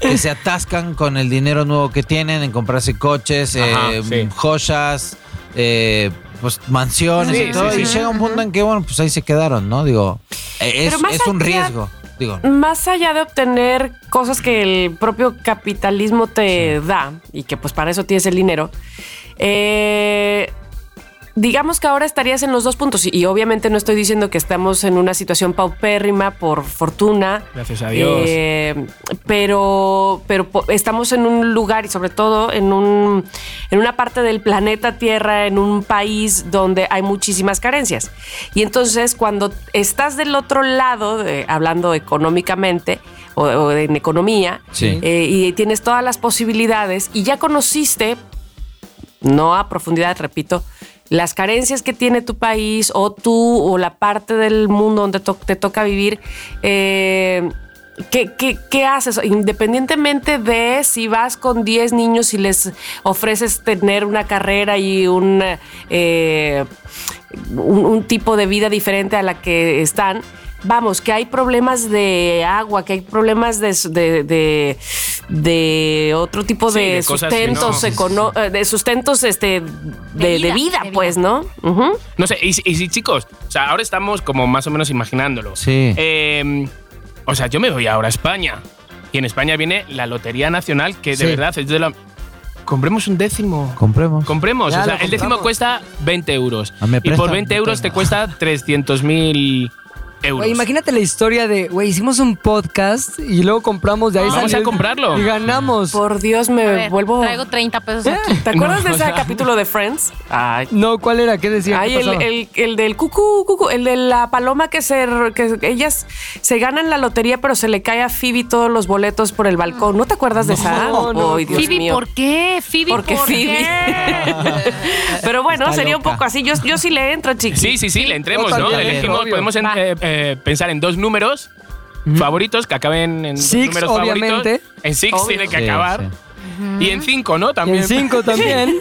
[SPEAKER 6] que se atascan con el dinero nuevo que tienen en comprarse coches,
[SPEAKER 2] Ajá,
[SPEAKER 6] eh,
[SPEAKER 2] sí.
[SPEAKER 6] joyas, eh, pues mansiones
[SPEAKER 2] Sí,
[SPEAKER 6] y todo.
[SPEAKER 2] sí,
[SPEAKER 6] y
[SPEAKER 2] sí.
[SPEAKER 6] llega un punto en que, bueno, pues ahí se quedaron, ¿no? Digo, eh, es,
[SPEAKER 3] Pero más
[SPEAKER 6] es un
[SPEAKER 3] allá- Mm.
[SPEAKER 6] riesgo. Digo,
[SPEAKER 3] Más allá de obtener cosas que el propio capitalismo te da y que pues para eso tienes el dinero, eh, digamos que ahora estarías en los dos puntos y, y obviamente no estoy diciendo que estamos en una situación paupérrima por fortuna.
[SPEAKER 2] Gracias a Dios.
[SPEAKER 3] Eh, pero pero po- estamos en un lugar y sobre todo en, un, en una parte del planeta Tierra, en un país donde hay muchísimas carencias. Y entonces cuando estás del otro lado, de- hablando económicamente o, o en economía,
[SPEAKER 6] Sí.
[SPEAKER 3] eh, y tienes todas las posibilidades y ya conociste no a profundidad, repito, las carencias que tiene tu país o tú o la parte del mundo donde to- te toca vivir, eh, ¿qué, qué, qué haces? Independientemente de si vas con 10 niños y les ofreces tener una carrera y un, eh, un, un tipo de vida diferente a la que están. Vamos, que hay problemas de agua, que hay problemas de, s- de, de- de otro tipo
[SPEAKER 2] Sí,
[SPEAKER 3] de,
[SPEAKER 2] de cosas que no-
[SPEAKER 3] sustentos econo- eh, de sustentos este de, de vida,
[SPEAKER 1] vida, de
[SPEAKER 3] pues,
[SPEAKER 1] vida.
[SPEAKER 3] ¿no? Ujú.
[SPEAKER 2] No sé, y, si- y si chicos, o sea, ahora estamos como más o menos imaginándolo.
[SPEAKER 6] Sí.
[SPEAKER 2] Eh, o sea, yo me voy ahora a España. Y en España viene la Lotería Nacional, que de
[SPEAKER 6] Sí.
[SPEAKER 2] verdad es de la. Compremos un décimo.
[SPEAKER 6] compremos.
[SPEAKER 2] Compremos.
[SPEAKER 4] Ya,
[SPEAKER 2] o sea,
[SPEAKER 4] lo
[SPEAKER 2] el décimo
[SPEAKER 4] compramos.
[SPEAKER 2] cuesta 20 euros.
[SPEAKER 6] Ah, me
[SPEAKER 2] Y por
[SPEAKER 6] prestan,
[SPEAKER 2] 20
[SPEAKER 6] no
[SPEAKER 2] euros te
[SPEAKER 6] tengo.
[SPEAKER 2] cuesta 300 mil euros.
[SPEAKER 4] Güey, imagínate la historia de, güey, hicimos un podcast y luego compramos de ahí.
[SPEAKER 2] Vamos
[SPEAKER 4] salió
[SPEAKER 2] a
[SPEAKER 4] el-
[SPEAKER 2] comprarlo.
[SPEAKER 4] Y ganamos.
[SPEAKER 3] Por Dios, me
[SPEAKER 1] A ver,
[SPEAKER 3] vuelvo. ¡Ah!
[SPEAKER 1] Traigo 30 pesos aquí.
[SPEAKER 3] ¿Te acuerdas
[SPEAKER 2] No,
[SPEAKER 3] de
[SPEAKER 2] o
[SPEAKER 3] ese
[SPEAKER 2] sea-
[SPEAKER 3] capítulo de Friends? Ay.
[SPEAKER 4] No, ¿cuál era? ¿Qué decía?
[SPEAKER 3] Ay,
[SPEAKER 4] ¿Qué
[SPEAKER 3] el,
[SPEAKER 4] pasaba?
[SPEAKER 3] el- el del cucú, cucú, el de la paloma que se que ellas se ganan la lotería, pero se le cae a Phoebe todos los boletos por el balcón. ¿No te acuerdas de esa?
[SPEAKER 4] No, no.
[SPEAKER 3] Ay, Dios
[SPEAKER 1] Phoebe,
[SPEAKER 3] mío.
[SPEAKER 1] ¿por qué? Phoebe,
[SPEAKER 3] Porque
[SPEAKER 1] ¿por
[SPEAKER 3] Phoebe.
[SPEAKER 1] qué?
[SPEAKER 3] Pero bueno,
[SPEAKER 6] Está
[SPEAKER 3] sería un
[SPEAKER 6] loca.
[SPEAKER 3] poco así. Yo, yo sí le entro, chiqui.
[SPEAKER 2] Sí, sí, sí, le entremos,
[SPEAKER 4] Yo
[SPEAKER 2] ¿no?
[SPEAKER 4] también,
[SPEAKER 2] Elegimos,
[SPEAKER 4] obvio.
[SPEAKER 2] podemos en-
[SPEAKER 1] Va.
[SPEAKER 2] eh, eh, pensar en dos números favoritos que acaben en dos
[SPEAKER 4] Six,
[SPEAKER 2] números
[SPEAKER 4] obviamente.
[SPEAKER 2] favoritos. En six
[SPEAKER 3] Obvio.
[SPEAKER 2] tiene que
[SPEAKER 6] Sí,
[SPEAKER 2] acabar.
[SPEAKER 6] sí.
[SPEAKER 2] Y en cinco, ¿no?
[SPEAKER 4] Y
[SPEAKER 2] También.
[SPEAKER 4] en cinco también.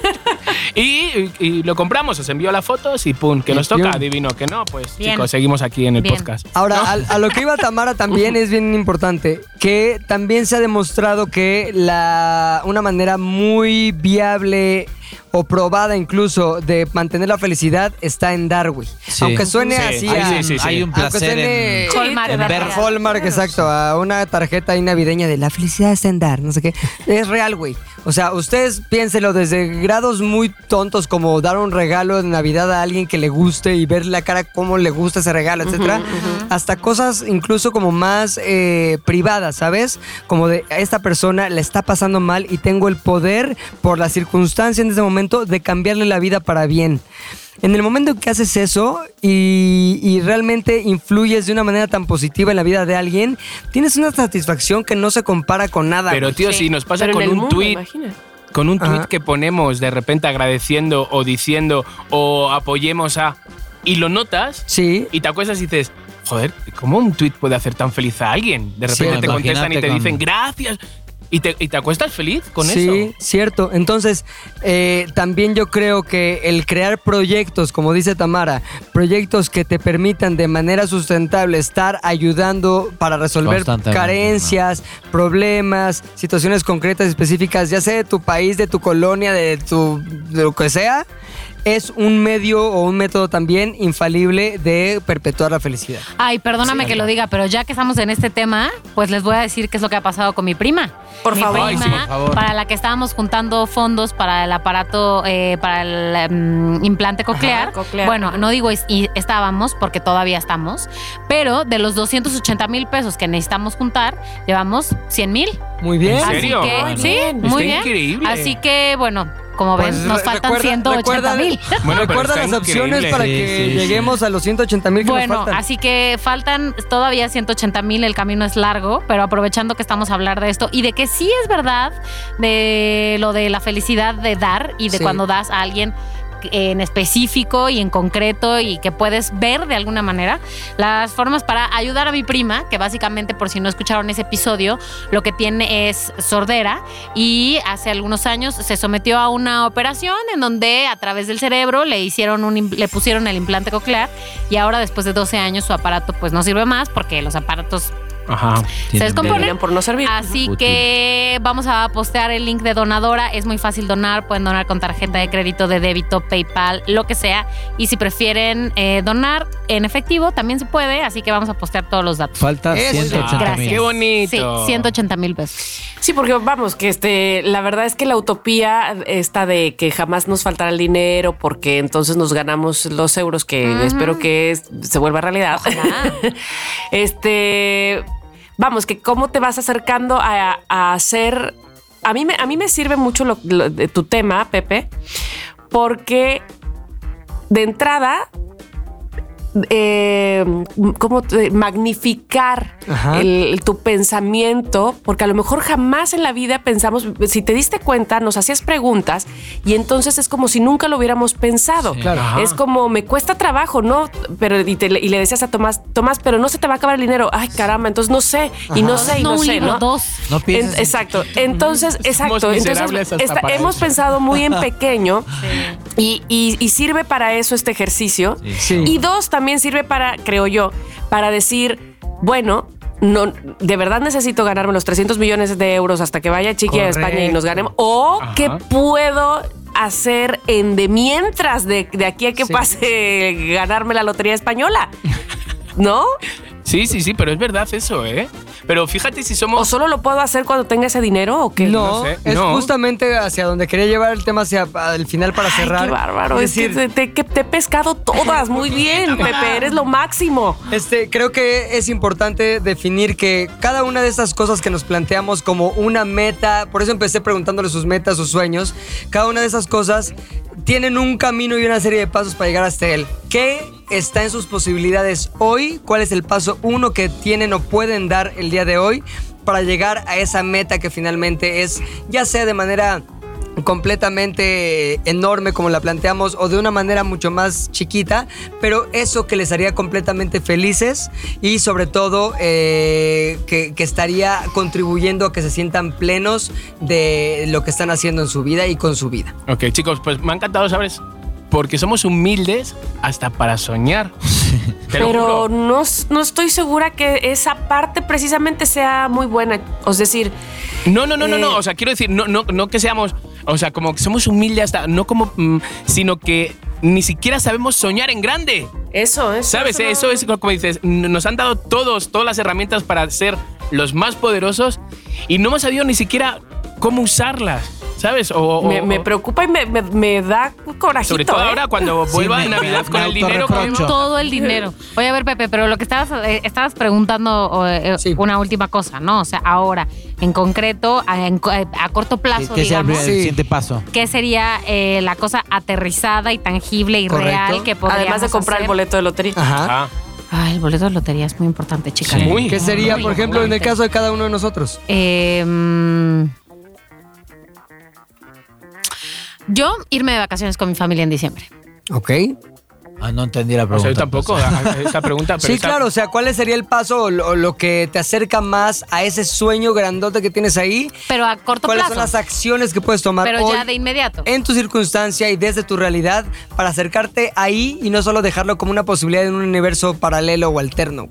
[SPEAKER 2] Y, y- y lo compramos, os envió las fotos y pum, que nos toca.
[SPEAKER 4] Bien.
[SPEAKER 2] Adivino que no, pues
[SPEAKER 1] Bien.
[SPEAKER 2] chicos, seguimos aquí en el
[SPEAKER 1] Bien.
[SPEAKER 2] podcast.
[SPEAKER 4] Ahora, al- a, lo que iba Tamara también es bien importante, que también se ha demostrado que la, una manera muy viable o probada incluso de mantener la felicidad está en dar, güey.
[SPEAKER 6] Sí.
[SPEAKER 4] Aunque suene
[SPEAKER 2] Sí,
[SPEAKER 4] así
[SPEAKER 2] sí,
[SPEAKER 4] a,
[SPEAKER 2] sí, sí.
[SPEAKER 6] Hay un
[SPEAKER 4] Aunque
[SPEAKER 6] placer
[SPEAKER 4] suene-
[SPEAKER 6] en,
[SPEAKER 4] Sí,
[SPEAKER 1] Colmar,
[SPEAKER 6] en
[SPEAKER 1] ¿verdad?
[SPEAKER 6] ver
[SPEAKER 4] a Hallmark, exacto, a una tarjeta ahí navideña de la felicidad está en dar, no sé qué. Es real, güey. O sea, ustedes piénselo desde grados muy tontos como dar un regalo de Navidad a alguien que le guste y ver la cara cómo le gusta ese regalo, etcétera, hasta cosas incluso como más eh, privadas, ¿sabes? Como de a esta persona le está pasando mal y tengo el poder por la circunstancia en ese momento de cambiarle la vida para bien. En el momento en que haces eso y, y realmente influyes de una manera tan positiva en la vida de alguien, tienes una satisfacción que no se compara con nada.
[SPEAKER 2] Pero
[SPEAKER 4] güey.
[SPEAKER 2] tío, si nos pasa
[SPEAKER 3] Pero en
[SPEAKER 2] con
[SPEAKER 3] el
[SPEAKER 2] un
[SPEAKER 3] mundo,
[SPEAKER 2] tuit
[SPEAKER 3] imagina.
[SPEAKER 2] Con un
[SPEAKER 4] Ajá.
[SPEAKER 2] tweet que ponemos de repente agradeciendo o diciendo o apoyemos a. Y lo notas
[SPEAKER 4] Sí.
[SPEAKER 2] y te acuestas y dices, joder, ¿cómo un tweet puede hacer tan feliz a alguien? De
[SPEAKER 4] Sí,
[SPEAKER 2] repente te contestan y
[SPEAKER 6] imagínate
[SPEAKER 2] te
[SPEAKER 6] con-
[SPEAKER 2] dicen, gracias. Y te, y te acuestas feliz con
[SPEAKER 4] sí,
[SPEAKER 2] eso.
[SPEAKER 4] cierto. Entonces, eh, también yo creo que el crear proyectos, como dice Tamara, proyectos que te permitan de manera sustentable estar ayudando para resolver
[SPEAKER 6] Constantemente,
[SPEAKER 4] carencias, problemas, situaciones concretas específicas, ya sea de tu país, de tu colonia, de tu de lo que sea, es un medio o un método también infalible de perpetuar la felicidad.
[SPEAKER 1] Ay, perdóname que lo diga, pero ya que estamos en este tema, pues les voy a decir qué es lo que ha pasado con mi prima.
[SPEAKER 3] Por
[SPEAKER 1] mi
[SPEAKER 3] favor.
[SPEAKER 2] Ay,
[SPEAKER 1] prima,
[SPEAKER 2] sí,
[SPEAKER 6] por favor.
[SPEAKER 1] para la que estábamos juntando fondos para el aparato, eh, para el mm, implante coclear.
[SPEAKER 3] Ajá, coclear.
[SPEAKER 1] Bueno, no digo es- y estábamos, porque todavía estamos, pero de los 280 mil pesos que necesitamos juntar, llevamos 100 mil.
[SPEAKER 4] Muy bien.
[SPEAKER 2] ¿En
[SPEAKER 1] Así
[SPEAKER 2] serio?
[SPEAKER 1] que,
[SPEAKER 2] Bueno.
[SPEAKER 1] sí,
[SPEAKER 2] Está
[SPEAKER 1] muy bien.
[SPEAKER 2] increíble.
[SPEAKER 1] Así que, bueno, como
[SPEAKER 4] Pues,
[SPEAKER 1] ven, nos
[SPEAKER 4] re-
[SPEAKER 1] faltan
[SPEAKER 4] recuerda-
[SPEAKER 1] 180 mil.
[SPEAKER 4] recuerda-
[SPEAKER 2] Bueno, pero
[SPEAKER 4] recuerda
[SPEAKER 2] está
[SPEAKER 4] las opciones
[SPEAKER 2] increíble.
[SPEAKER 4] para
[SPEAKER 6] Sí,
[SPEAKER 4] que
[SPEAKER 6] sí, sí.
[SPEAKER 4] lleguemos a los 180 mil que nos
[SPEAKER 1] Bueno,
[SPEAKER 4] faltan.
[SPEAKER 1] así que faltan todavía 180 mil, el camino es largo, pero aprovechando que estamos a hablar de esto y de que sí es verdad de lo de la felicidad de dar y de
[SPEAKER 4] Sí.
[SPEAKER 1] cuando das a alguien en específico y en concreto y que puedes ver de alguna manera las formas para ayudar a mi prima, que básicamente por si no escucharon ese episodio, lo que tiene es sordera y hace algunos años se sometió a una operación en donde a través del cerebro le hicieron un im- le pusieron el implante coclear y ahora después de 12 años su aparato pues no sirve más porque los aparatos
[SPEAKER 2] Ajá.
[SPEAKER 1] se
[SPEAKER 6] Tienen
[SPEAKER 1] descomponen
[SPEAKER 3] Terminan por no servir.
[SPEAKER 1] Así
[SPEAKER 6] Útil.
[SPEAKER 1] que vamos a postear el link de donadora. Es muy fácil donar. Pueden donar con tarjeta de crédito, de débito, PayPal, lo que sea. Y si prefieren eh, donar en efectivo, también se puede. Así que vamos a postear todos los datos.
[SPEAKER 6] Falta
[SPEAKER 4] Eso.
[SPEAKER 6] 180
[SPEAKER 1] Gracias.
[SPEAKER 2] Qué
[SPEAKER 6] mil.
[SPEAKER 2] bonito.
[SPEAKER 1] Sí, 180 mil pesos.
[SPEAKER 3] Sí, porque vamos, que este, la verdad es que la utopía esta de que jamás nos faltará el dinero, porque entonces nos ganamos los euros, que
[SPEAKER 1] Ujú.
[SPEAKER 3] espero que es- se vuelva realidad.
[SPEAKER 1] Ojalá.
[SPEAKER 3] este, vamos, que cómo te vas acercando a, a hacer. A mí me, a mí me sirve mucho lo- lo de tu tema, Pepe, porque de entrada. eh, cómo te- magnificar
[SPEAKER 4] Ajá.
[SPEAKER 3] el- eh, el- tu pensamiento, porque a lo mejor jamás en la vida pensamos, si te diste cuenta, nos hacías preguntas y entonces es como si nunca lo hubiéramos pensado.
[SPEAKER 6] Sí.
[SPEAKER 4] Claro.
[SPEAKER 2] Ajá.
[SPEAKER 3] Es como, me cuesta trabajo, ¿no? Pero, y, te- y le decías a Tomás, Tomás, pero no se te va a acabar el dinero. Ay, caramba, entonces no sé, y no
[SPEAKER 1] Dos,
[SPEAKER 3] sé, y no,
[SPEAKER 1] un
[SPEAKER 3] sé,
[SPEAKER 1] libro,
[SPEAKER 3] ¿no?
[SPEAKER 1] dos.
[SPEAKER 6] No
[SPEAKER 3] En-
[SPEAKER 6] pienses. en-
[SPEAKER 3] exacto. Entonces, exacto.
[SPEAKER 2] miserables
[SPEAKER 3] Entonces,
[SPEAKER 2] hasta
[SPEAKER 3] está-
[SPEAKER 2] para
[SPEAKER 3] hemos
[SPEAKER 2] eso.
[SPEAKER 3] pensado muy en pequeño y, y- y sirve para eso este ejercicio.
[SPEAKER 6] Sí.
[SPEAKER 4] Sí.
[SPEAKER 3] Y dos, también sirve para, creo yo, para decir, bueno, no, de verdad necesito ganarme los 300 millones de euros hasta que vaya Chiqui a España y nos ganemos. O
[SPEAKER 2] Ajá.
[SPEAKER 3] qué puedo hacer en de mientras de, de aquí a que
[SPEAKER 4] Sí.
[SPEAKER 3] pase ganarme la lotería española. ¿No?
[SPEAKER 2] Sí, sí, sí, pero es verdad eso, ¿eh? Pero fíjate si
[SPEAKER 3] ¿O
[SPEAKER 2] somos.
[SPEAKER 3] solo lo puedo hacer cuando tenga ese dinero o qué?
[SPEAKER 4] No,
[SPEAKER 2] No sé,
[SPEAKER 4] es
[SPEAKER 2] no.
[SPEAKER 4] justamente hacia donde quería llevar el tema hacia el final para
[SPEAKER 3] Ay,
[SPEAKER 4] cerrar.
[SPEAKER 3] qué bárbaro.
[SPEAKER 4] Es
[SPEAKER 3] Es que
[SPEAKER 4] decir,
[SPEAKER 3] te, te- que te he pescado todas. Muy bien, Pepe. Eres lo máximo.
[SPEAKER 4] este, creo que es importante definir que cada una de estas cosas que nos planteamos como una meta, por eso empecé preguntándole sus metas, sus sueños, cada una de esas cosas tienen un camino y una serie de pasos para llegar hasta él. ¿Qué está en sus posibilidades hoy? ¿Cuál es el paso uno que tienen o pueden dar el día de hoy para llegar a esa meta que finalmente es, ya sea de manera completamente enorme como la planteamos o de una manera mucho más chiquita, pero eso que les haría completamente felices y sobre todo eh, que, que estaría contribuyendo a que se sientan plenos de lo que están haciendo en su vida y con su vida.
[SPEAKER 2] Ok, chicos, pues me ha encantado, ¿sabes? Porque somos humildes hasta para soñar. Te lo
[SPEAKER 3] Pero
[SPEAKER 2] juro.
[SPEAKER 3] no, s- no estoy segura que esa parte precisamente sea muy buena. Es decir,
[SPEAKER 2] No, no, no, no, no.
[SPEAKER 3] eh,
[SPEAKER 2] O sea, quiero decir, no, no, no que seamos. O sea, como que somos humildes hasta. No como. mm, sino que ni siquiera sabemos soñar en grande.
[SPEAKER 3] eso es.
[SPEAKER 2] ¿Sabes? Eh, Eso es como dices, n- nos han dado todos, todas las herramientas para ser los más poderosos y no hemos sabido ni siquiera cómo usarlas, ¿sabes? O, o-
[SPEAKER 3] Me, me preocupa y me, me- me da corajito.
[SPEAKER 2] sobre todo
[SPEAKER 3] ¿eh?
[SPEAKER 2] ahora cuando
[SPEAKER 6] Sí,
[SPEAKER 2] vuelva
[SPEAKER 6] me-
[SPEAKER 2] de Navidad
[SPEAKER 6] me
[SPEAKER 2] con el dinero.
[SPEAKER 6] autorreprocho. Ocho.
[SPEAKER 1] Todo el dinero. Oye, a ver, Pepe, pero lo que estabas, eh, estabas preguntando, o, eh,
[SPEAKER 4] Sí.
[SPEAKER 1] una última cosa, ¿no? O sea, ahora, en concreto, a, en co- a corto plazo,
[SPEAKER 6] Que sea
[SPEAKER 1] digamos.
[SPEAKER 6] el primer-
[SPEAKER 4] Sí.
[SPEAKER 6] el siguiente paso.
[SPEAKER 1] ¿Qué sería eh, la cosa aterrizada y tangible y
[SPEAKER 4] Correcto.
[SPEAKER 1] real que podríamos
[SPEAKER 3] Además de comprar el
[SPEAKER 1] hacer?
[SPEAKER 3] boleto de lotería.
[SPEAKER 4] Ajá.
[SPEAKER 2] Ah,
[SPEAKER 1] Ay, el boleto de lotería es muy importante, chicas.
[SPEAKER 2] Sí. Muy.
[SPEAKER 4] ¿Qué sería, por
[SPEAKER 1] Em,
[SPEAKER 4] ejemplo, en el caso de cada uno de nosotros?
[SPEAKER 1] Eh, mm, Yo irme de vacaciones con mi familia en diciembre.
[SPEAKER 4] Ok.
[SPEAKER 6] Ah, no entendí la
[SPEAKER 2] O
[SPEAKER 6] pregunta.
[SPEAKER 2] sea, yo tampoco.
[SPEAKER 6] entonces.
[SPEAKER 2] a- a Esta pregunta. pero
[SPEAKER 4] sí,
[SPEAKER 2] esta-
[SPEAKER 4] claro, o sea, ¿cuál sería el paso o lo, o lo que te acerca más a ese sueño grandote que tienes ahí?
[SPEAKER 1] Pero a corto
[SPEAKER 4] ¿Cuáles
[SPEAKER 1] plazo.
[SPEAKER 4] son las acciones que puedes tomar
[SPEAKER 1] pero
[SPEAKER 4] hoy
[SPEAKER 1] ya de inmediato.
[SPEAKER 4] en tu circunstancia y desde tu realidad para acercarte ahí y no solo dejarlo como una posibilidad en un universo paralelo o alterno?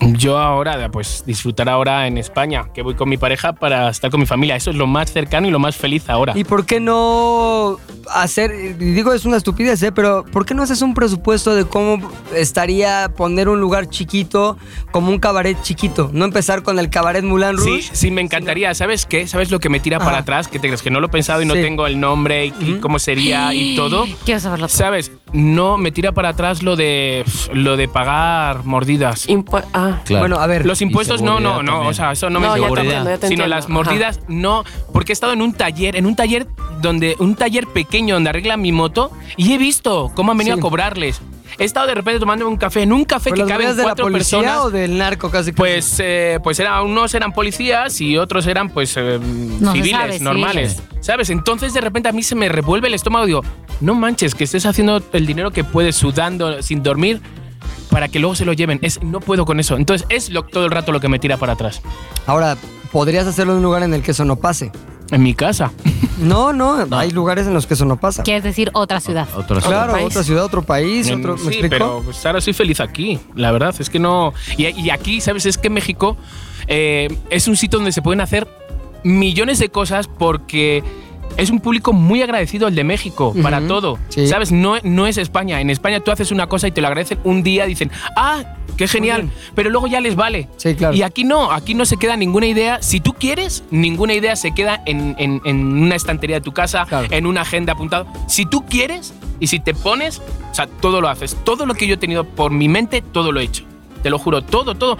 [SPEAKER 2] Yo ahora, pues disfrutar ahora en España, que voy con mi pareja para estar con mi familia. Eso es lo más cercano y lo más feliz ahora.
[SPEAKER 4] ¿Y por qué no hacer, y digo es una estupidez, ¿eh? pero ¿por qué no haces un presupuesto de cómo estaría poner un lugar chiquito como un cabaret chiquito? No empezar con el cabaret Moulin Rouge.
[SPEAKER 2] Sí, sí, me encantaría. ¿Sabes qué? ¿Sabes lo que me tira para
[SPEAKER 4] Ajá.
[SPEAKER 2] atrás? Que te crees que no lo he pensado y no
[SPEAKER 4] Sí.
[SPEAKER 2] tengo el nombre y, y cómo sería y todo.
[SPEAKER 1] Quiero saberlo todo.
[SPEAKER 2] ¿Sabes? No me tira para atrás lo de lo de pagar mordidas.
[SPEAKER 3] Impu- ah.
[SPEAKER 6] Claro.
[SPEAKER 4] Bueno, a ver.
[SPEAKER 2] Los impuestos no, no,
[SPEAKER 6] seguridad
[SPEAKER 2] no,
[SPEAKER 6] también.
[SPEAKER 2] o sea, eso no,
[SPEAKER 3] No,
[SPEAKER 2] me
[SPEAKER 3] ya te
[SPEAKER 2] importa.
[SPEAKER 3] entiendo, ya te
[SPEAKER 2] sino
[SPEAKER 3] entiendo.
[SPEAKER 2] las
[SPEAKER 3] Ajá.
[SPEAKER 2] mordidas no, porque he estado en un taller, en un taller donde un taller pequeño donde arreglan mi moto y he visto cómo han venido
[SPEAKER 4] Sí.
[SPEAKER 2] a cobrarles. He estado de repente tomando un café en un café
[SPEAKER 4] ¿Por
[SPEAKER 2] que
[SPEAKER 4] las medidas
[SPEAKER 2] caben
[SPEAKER 4] de la
[SPEAKER 2] cuatro
[SPEAKER 4] policía
[SPEAKER 2] personas.
[SPEAKER 4] o del narco casi? casi?
[SPEAKER 2] Pues, eh, pues era, unos eran policías y otros eran pues eh,
[SPEAKER 1] se
[SPEAKER 2] civiles,
[SPEAKER 1] sabe, sí.
[SPEAKER 2] normales. ¿Sabes? Entonces de repente a mí se me revuelve el estómago y digo, no manches, que estés haciendo el dinero que puedes sudando sin dormir para que luego se lo lleven. Es, no puedo con eso. Entonces es lo- todo el rato lo que me tira para atrás.
[SPEAKER 4] Ahora, podrías hacerlo en un lugar en el que eso no pase.
[SPEAKER 2] En mi casa.
[SPEAKER 4] No, no, hay lugares en los que eso no pasa.
[SPEAKER 1] Quieres decir otra ciudad.
[SPEAKER 6] Otra
[SPEAKER 4] Claro,
[SPEAKER 3] país.
[SPEAKER 4] otra ciudad, otro país,
[SPEAKER 2] Mm,
[SPEAKER 4] otro, ¿me
[SPEAKER 2] sí,
[SPEAKER 4] explico?
[SPEAKER 2] pero pues, ahora soy feliz aquí. La verdad es que no. Y, y aquí, ¿sabes? Es que México eh, es un sitio donde se pueden hacer millones de cosas porque. Es un público muy agradecido el de México para
[SPEAKER 4] Ujú,
[SPEAKER 2] todo.
[SPEAKER 4] sí.
[SPEAKER 2] ¿Sabes? No, no es España. En España tú haces una cosa y te lo agradecen un día, dicen, ¡ah, qué genial! Pero luego ya les vale.
[SPEAKER 4] Sí, claro.
[SPEAKER 2] Y aquí no, aquí no se queda ninguna idea. Si tú quieres, ninguna idea se queda en, en- en una estantería de tu casa,
[SPEAKER 4] Claro.
[SPEAKER 2] en una agenda apuntada. Si tú quieres y si te pones, o sea, todo lo haces. Todo lo que yo he tenido por mi mente, todo lo he hecho. Te lo juro, todo, todo.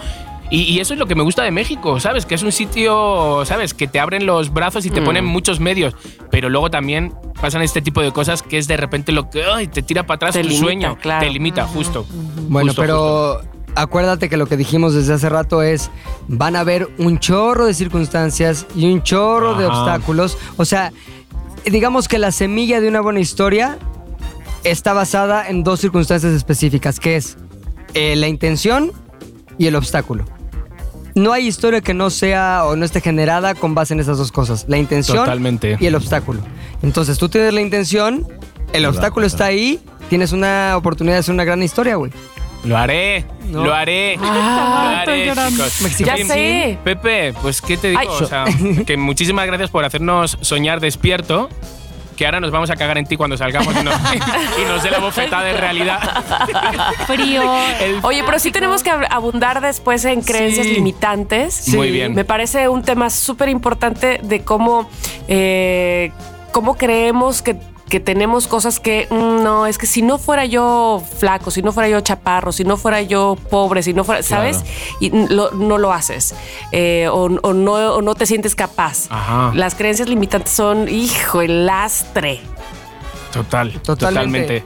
[SPEAKER 2] Y, y eso es lo que me gusta de México, ¿sabes? Que es un sitio, ¿sabes? Que te abren los brazos y
[SPEAKER 3] Mm.
[SPEAKER 2] te ponen muchos medios. Pero luego también pasan este tipo de cosas que es de repente lo que ay, te tira para atrás
[SPEAKER 3] Te
[SPEAKER 2] tu
[SPEAKER 3] limita,
[SPEAKER 2] sueño.
[SPEAKER 3] claro.
[SPEAKER 2] Te limita, justo.
[SPEAKER 4] Bueno,
[SPEAKER 2] Justo, justo.
[SPEAKER 4] pero acuérdate que lo que dijimos desde hace rato es, van a haber un chorro de circunstancias y un chorro de
[SPEAKER 2] Ajá.
[SPEAKER 4] obstáculos. O sea, digamos que la semilla de una buena historia está basada en dos circunstancias específicas, que es eh, la intención y el obstáculo. No hay historia que no sea o no esté generada con base en esas dos cosas, la intención
[SPEAKER 2] Totalmente.
[SPEAKER 4] y el obstáculo. Entonces tú tienes la intención, el obstáculo está ahí, tienes una oportunidad de hacer una gran historia, güey.
[SPEAKER 2] Lo haré,
[SPEAKER 4] No.
[SPEAKER 2] lo haré.
[SPEAKER 3] Ah,
[SPEAKER 2] lo haré,
[SPEAKER 3] estoy llorando.
[SPEAKER 2] chicos.
[SPEAKER 4] Mexico.
[SPEAKER 3] Ya
[SPEAKER 2] Oye,
[SPEAKER 3] sé.
[SPEAKER 2] Pepe, pues qué te digo,
[SPEAKER 3] Ay,
[SPEAKER 2] o sea, que muchísimas gracias por hacernos soñar despierto. Que ahora nos vamos a cagar en ti cuando salgamos y nos, y nos dé la bofetada de realidad.
[SPEAKER 1] Frío.
[SPEAKER 2] El-
[SPEAKER 3] Oye, pero sí tenemos que ab- abundar después en creencias
[SPEAKER 2] Sí.
[SPEAKER 3] limitantes.
[SPEAKER 2] Muy bien.
[SPEAKER 3] Me parece un tema súper importante de cómo, eh, cómo creemos que, que tenemos cosas que mm, no, es que si no fuera yo flaco, si no fuera yo chaparro, si no fuera yo pobre, si no fuera, ¿sabes?
[SPEAKER 6] Claro.
[SPEAKER 3] Y n- lo- no lo haces eh, o, o no, o no te sientes capaz.
[SPEAKER 2] Ajá,
[SPEAKER 3] Las creencias limitantes son, hijo, el lastre.
[SPEAKER 2] total,
[SPEAKER 4] Totalmente.
[SPEAKER 2] totalmente.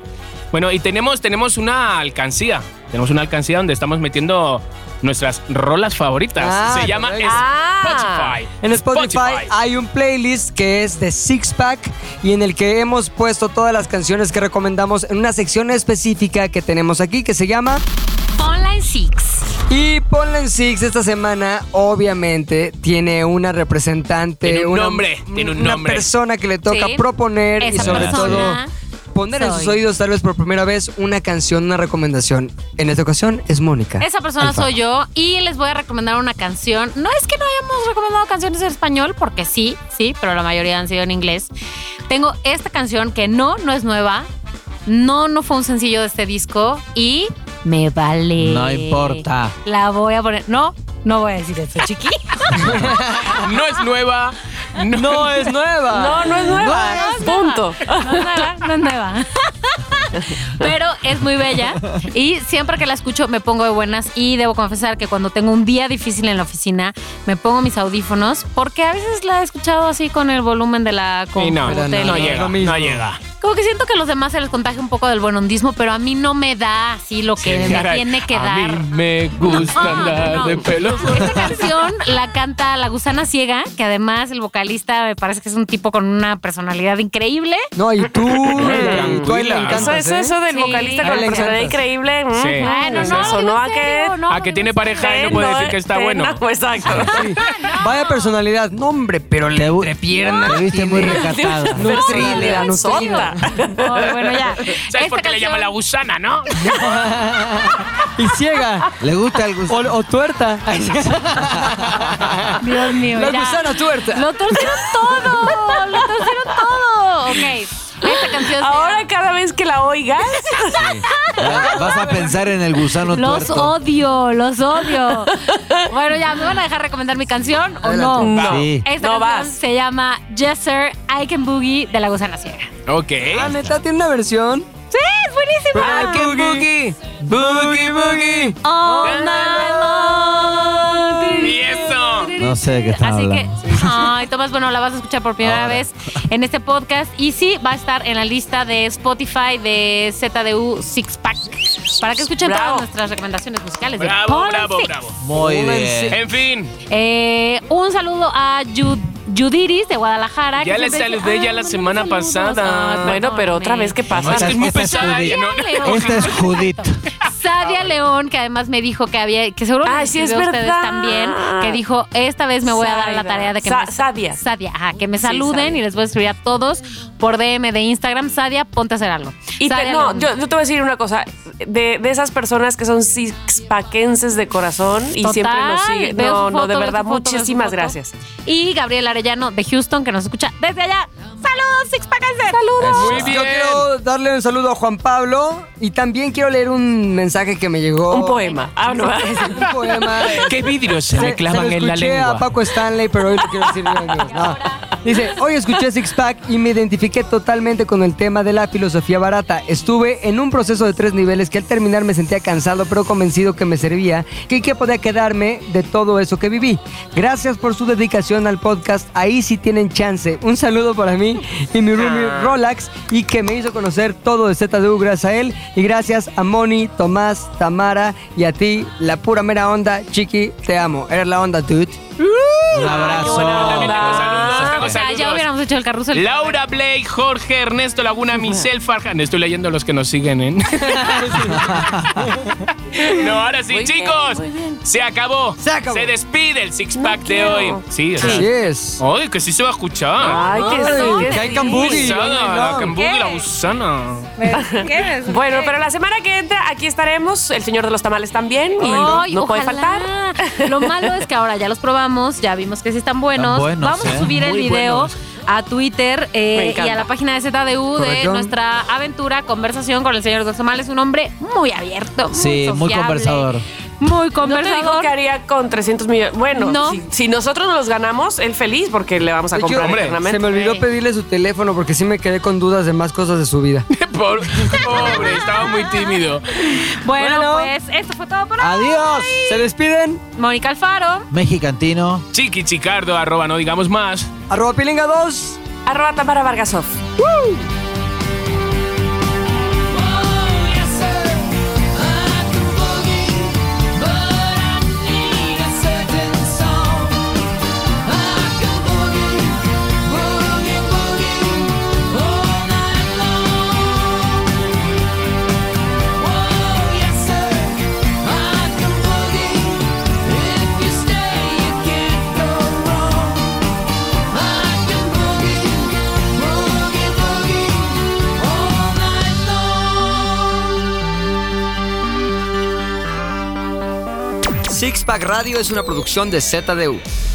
[SPEAKER 2] Bueno, y tenemos, tenemos una alcancía. Tenemos una alcancía donde estamos metiendo nuestras rolas favoritas.
[SPEAKER 4] Ah,
[SPEAKER 2] Se llama
[SPEAKER 4] correcto.
[SPEAKER 2] Spotify.
[SPEAKER 4] En Spotify, hay un playlist que es de Six Pack y en el que hemos puesto todas las canciones que recomendamos en una sección específica que tenemos aquí que se llama
[SPEAKER 1] Online Six.
[SPEAKER 4] Y Ponla en Six esta semana obviamente tiene una representante,
[SPEAKER 2] Tiene un
[SPEAKER 4] una,
[SPEAKER 2] nombre, tiene un
[SPEAKER 4] una
[SPEAKER 2] nombre.
[SPEAKER 4] persona que le toca
[SPEAKER 1] Sí.
[SPEAKER 4] proponer y
[SPEAKER 1] Esa
[SPEAKER 4] sobre
[SPEAKER 1] persona.
[SPEAKER 4] todo poner en
[SPEAKER 1] soy.
[SPEAKER 4] sus oídos tal vez por primera vez una canción, una recomendación. En esta ocasión es Mónica.
[SPEAKER 1] Esa persona
[SPEAKER 4] Alfaro.
[SPEAKER 1] soy yo y les voy a recomendar una canción. No es que no hayamos recomendado canciones en español, porque sí, sí, pero la mayoría han sido en inglés. Tengo esta canción que no, no es nueva. No, no fue un sencillo de este disco y me vale.
[SPEAKER 6] No importa.
[SPEAKER 1] La voy a poner. No, no voy a decir eso, chiqui.
[SPEAKER 2] No es nueva. No,
[SPEAKER 4] es nueva.
[SPEAKER 3] No, no es nueva. Punto.
[SPEAKER 1] No es nueva, no es nueva. Pero es muy bella y siempre que la escucho me pongo de buenas y debo confesar que cuando tengo un día difícil en la oficina me pongo mis audífonos porque a veces la he escuchado así con el volumen de la
[SPEAKER 2] Y no,
[SPEAKER 1] computadora.
[SPEAKER 2] no,
[SPEAKER 4] no,
[SPEAKER 2] llega,
[SPEAKER 4] lo mismo.
[SPEAKER 2] no llega.
[SPEAKER 1] Como que siento que los demás se les contagia un poco del buen hondismo, pero a mí no me da así lo que me
[SPEAKER 2] Señora,
[SPEAKER 1] tiene que
[SPEAKER 2] a
[SPEAKER 1] dar.
[SPEAKER 2] mí me gusta
[SPEAKER 1] No,
[SPEAKER 2] andar
[SPEAKER 1] no.
[SPEAKER 2] de pelo.
[SPEAKER 1] Esta canción la canta La Gusana Ciega, que además el vocalista me parece que es un tipo con una personalidad increíble.
[SPEAKER 4] No, y tú,
[SPEAKER 2] Ay,
[SPEAKER 4] tú a él le
[SPEAKER 2] tranquila.
[SPEAKER 4] encantas,
[SPEAKER 3] Eso, eso,
[SPEAKER 4] ¿eh?
[SPEAKER 3] eso del
[SPEAKER 1] Sí.
[SPEAKER 3] vocalista
[SPEAKER 4] A
[SPEAKER 3] con
[SPEAKER 4] él
[SPEAKER 3] la
[SPEAKER 4] le
[SPEAKER 3] personalidad
[SPEAKER 4] encantas.
[SPEAKER 3] increíble. mm,
[SPEAKER 2] Sí.
[SPEAKER 3] mm,
[SPEAKER 1] Ay, no,
[SPEAKER 3] eso
[SPEAKER 1] no, digo
[SPEAKER 3] sonó a
[SPEAKER 1] en
[SPEAKER 3] que.
[SPEAKER 1] serio, no,
[SPEAKER 2] A que tiene
[SPEAKER 1] no,
[SPEAKER 2] pareja. Ay, no
[SPEAKER 3] Ten,
[SPEAKER 2] puede decir que está
[SPEAKER 3] ten,
[SPEAKER 2] bueno.
[SPEAKER 3] no, pues, exacto.
[SPEAKER 4] Sí. Vaya personalidad, no hombre, pero
[SPEAKER 6] Te
[SPEAKER 4] le
[SPEAKER 6] bu-
[SPEAKER 4] entrepierna.
[SPEAKER 6] Te viste muy
[SPEAKER 4] tiene.
[SPEAKER 6] recatada.
[SPEAKER 4] No,
[SPEAKER 3] Personalidad
[SPEAKER 4] no,
[SPEAKER 3] sota.
[SPEAKER 1] Ay, bueno, ya.
[SPEAKER 2] ¿Sabes por qué le llaman la
[SPEAKER 1] gusana?
[SPEAKER 2] gusana, no?
[SPEAKER 4] Y ciega.
[SPEAKER 6] Le gusta el gusto.
[SPEAKER 4] O, o tuerta.
[SPEAKER 1] Dios mío,
[SPEAKER 4] La
[SPEAKER 1] ya.
[SPEAKER 4] gusana tuerta.
[SPEAKER 1] Lo torcieron todo, lo torcieron todo. oh, Ok, esta canción se
[SPEAKER 3] Ahora cada vez que la oigas,
[SPEAKER 6] Vas a pensar en el gusano
[SPEAKER 1] Los
[SPEAKER 6] tuerto.
[SPEAKER 1] odio, los odio. bueno, ya, ¿me van a dejar recomendar mi canción o no?
[SPEAKER 3] no.
[SPEAKER 6] Sí.
[SPEAKER 1] Esta
[SPEAKER 3] No
[SPEAKER 1] canción
[SPEAKER 3] vas.
[SPEAKER 1] se llama Jesser, I Can Boogie de La Gusana Ciega.
[SPEAKER 2] Ok.
[SPEAKER 4] Ah, neta, tiene una versión.
[SPEAKER 1] ¡Sí, es buenísima!
[SPEAKER 4] boogie. Boogie, boogie.
[SPEAKER 3] Oh.
[SPEAKER 1] All night long.
[SPEAKER 2] Y eso.
[SPEAKER 6] No sé de qué están
[SPEAKER 1] Así que,
[SPEAKER 6] hablando.
[SPEAKER 1] ay, Tomás, bueno, la vas a escuchar por primera vez en este podcast. Y sí, va a estar en la lista de Spotify de ZDU Six Pack. Para que escuchen
[SPEAKER 3] Bravo.
[SPEAKER 1] todas nuestras recomendaciones musicales. de
[SPEAKER 2] Bravo,
[SPEAKER 1] Paul and
[SPEAKER 2] bravo,
[SPEAKER 1] Six.
[SPEAKER 2] bravo.
[SPEAKER 6] Muy bien.
[SPEAKER 2] En fin,
[SPEAKER 1] Eh, un saludo a Yu- Yudiris de Guadalajara.
[SPEAKER 2] Ya
[SPEAKER 1] que
[SPEAKER 2] les
[SPEAKER 1] siempre
[SPEAKER 2] saludé
[SPEAKER 1] dice,
[SPEAKER 2] ya
[SPEAKER 1] "Ay,
[SPEAKER 2] la
[SPEAKER 1] no
[SPEAKER 2] semana
[SPEAKER 1] saludos".
[SPEAKER 2] pasada.
[SPEAKER 1] Ay,
[SPEAKER 3] bueno, pero otra
[SPEAKER 1] perdóname.
[SPEAKER 3] vez que Este- pasa.
[SPEAKER 2] es que es muy
[SPEAKER 6] Esta es
[SPEAKER 2] pesada.
[SPEAKER 6] judía.
[SPEAKER 2] ya no-
[SPEAKER 1] Dale,
[SPEAKER 6] Esta es Judith.
[SPEAKER 1] Sadia León, que además me dijo que había, que seguro
[SPEAKER 3] Ay,
[SPEAKER 1] les
[SPEAKER 3] sí, es
[SPEAKER 1] escribió a ustedes
[SPEAKER 3] verdad.
[SPEAKER 1] también, que dijo, esta vez me voy a dar la
[SPEAKER 3] Saida.
[SPEAKER 1] tarea de que
[SPEAKER 3] Sa-
[SPEAKER 1] me
[SPEAKER 3] Sadia.
[SPEAKER 1] Sadia, ajá, que me
[SPEAKER 3] Sí,
[SPEAKER 1] saluden
[SPEAKER 3] Sadia.
[SPEAKER 1] y les voy a escribir a todos por DM de Instagram, Sadia, ponte a hacer algo.
[SPEAKER 3] Y te-
[SPEAKER 1] Sadia
[SPEAKER 3] no,
[SPEAKER 1] León.
[SPEAKER 3] yo, yo te voy a decir una cosa. De, de esas personas que son sixpaquenses de corazón y
[SPEAKER 1] Total,
[SPEAKER 3] siempre nos siguen.
[SPEAKER 1] veo
[SPEAKER 3] No,
[SPEAKER 1] su
[SPEAKER 3] no, de
[SPEAKER 1] foto, veo
[SPEAKER 3] verdad,
[SPEAKER 1] su foto, veo su
[SPEAKER 3] muchísimas
[SPEAKER 1] foto.
[SPEAKER 3] gracias.
[SPEAKER 1] Y Gabriel Arellano de Houston, que nos escucha desde allá. ¡Saludos, Sixpackenses! ¡Saludos!
[SPEAKER 2] Muy bien.
[SPEAKER 4] Yo quiero darle un saludo a Juan Pablo y también quiero leer un mensaje que me llegó.
[SPEAKER 3] Un poema. Ah,
[SPEAKER 1] Oh.
[SPEAKER 3] no.
[SPEAKER 4] Un poema.
[SPEAKER 2] ¿Qué vidrios se,
[SPEAKER 4] Se-
[SPEAKER 2] le clavan
[SPEAKER 4] se lo
[SPEAKER 2] en la
[SPEAKER 4] escuché a
[SPEAKER 2] lengua?
[SPEAKER 4] Paco Stanley, pero hoy lo quiero decir yo, amigos. No. Dice, hoy escuché Six Pack y me identifiqué totalmente con el tema de la filosofía barata. Estuve en un proceso de tres niveles que al terminar me sentía cansado, pero convencido que me servía y que podía quedarme de todo eso que viví. Gracias por su dedicación al podcast. Ahí sí tienen chance. Un saludo para mí y mi roomie Rolax y que me hizo conocer todo de ZDU gracias a él. Y gracias a Moni, Tomás, Tamara y a ti, la pura mera onda. Chiqui, te amo. Eres la onda, dude.
[SPEAKER 6] Un abrazo.
[SPEAKER 2] También tengo saludos, tengo
[SPEAKER 1] Ah, O sea, ya
[SPEAKER 2] saludos.
[SPEAKER 1] hubiéramos hecho el carrusel.
[SPEAKER 2] Laura Blake, Jorge, Ernesto Laguna, Michelle Farhan. Estoy leyendo los que nos siguen en. no, ahora sí,
[SPEAKER 3] Muy bien,
[SPEAKER 2] chicos.
[SPEAKER 3] muy bien.
[SPEAKER 2] Se acabó.
[SPEAKER 4] Se acabó.
[SPEAKER 2] despide el six
[SPEAKER 3] No
[SPEAKER 2] pack de
[SPEAKER 3] quiero.
[SPEAKER 2] hoy. Sí, o sea,
[SPEAKER 4] Así es.
[SPEAKER 2] Ay, que sí se va a escuchar.
[SPEAKER 3] Ay, qué
[SPEAKER 4] Ay,
[SPEAKER 3] qué
[SPEAKER 4] que hay
[SPEAKER 3] sí.
[SPEAKER 4] cambugi.
[SPEAKER 2] Gusana, la
[SPEAKER 4] no.
[SPEAKER 2] cambur y la
[SPEAKER 1] ¿Qué?
[SPEAKER 2] gusana.
[SPEAKER 1] ¿Qué es?
[SPEAKER 3] Bueno, pero la semana que entra aquí estaremos. El señor de los tamales también. y no,
[SPEAKER 1] Ay,
[SPEAKER 3] no puede faltar.
[SPEAKER 1] ojalá. Lo malo es que ahora ya los probamos, ya vimos que sí están buenos.
[SPEAKER 6] Están buenos,
[SPEAKER 1] Vamos a
[SPEAKER 6] ¿eh?
[SPEAKER 1] subir el
[SPEAKER 6] Muy
[SPEAKER 1] video
[SPEAKER 6] buenos.
[SPEAKER 1] a Twitter eh,
[SPEAKER 3] Me
[SPEAKER 1] y
[SPEAKER 3] encanta.
[SPEAKER 1] a la página de ZDU de
[SPEAKER 4] Correcto.
[SPEAKER 1] nuestra aventura, conversación con el señor Dosomales, Es un hombre muy abierto, muy
[SPEAKER 6] Sí, muy
[SPEAKER 1] sociable,
[SPEAKER 6] conversador.
[SPEAKER 1] Muy
[SPEAKER 3] No te digo
[SPEAKER 1] conversador.
[SPEAKER 3] que haría con 300 millones. Bueno,
[SPEAKER 1] No.
[SPEAKER 3] si, si nosotros nos los ganamos, él feliz porque le vamos a
[SPEAKER 4] De hecho,
[SPEAKER 3] comprar
[SPEAKER 2] hombre,
[SPEAKER 4] Se
[SPEAKER 3] eternamente.
[SPEAKER 4] me olvidó
[SPEAKER 1] Sí.
[SPEAKER 4] pedirle su teléfono porque sí me quedé con dudas de más cosas de su vida.
[SPEAKER 2] Pobre, pobre, estaba muy tímido.
[SPEAKER 1] bueno,
[SPEAKER 4] Bueno.
[SPEAKER 1] pues esto fue todo por hoy.
[SPEAKER 6] Adiós.
[SPEAKER 4] ¿Se despiden?
[SPEAKER 1] Mónica Alfaro.
[SPEAKER 6] Mexicantino.
[SPEAKER 2] Chiqui Chicardo, arroba, no digamos más.
[SPEAKER 4] Arroba Pilinga 2.
[SPEAKER 3] Arroba Tamara Vargasov.
[SPEAKER 4] Six Pack Radio es una producción de ZDU.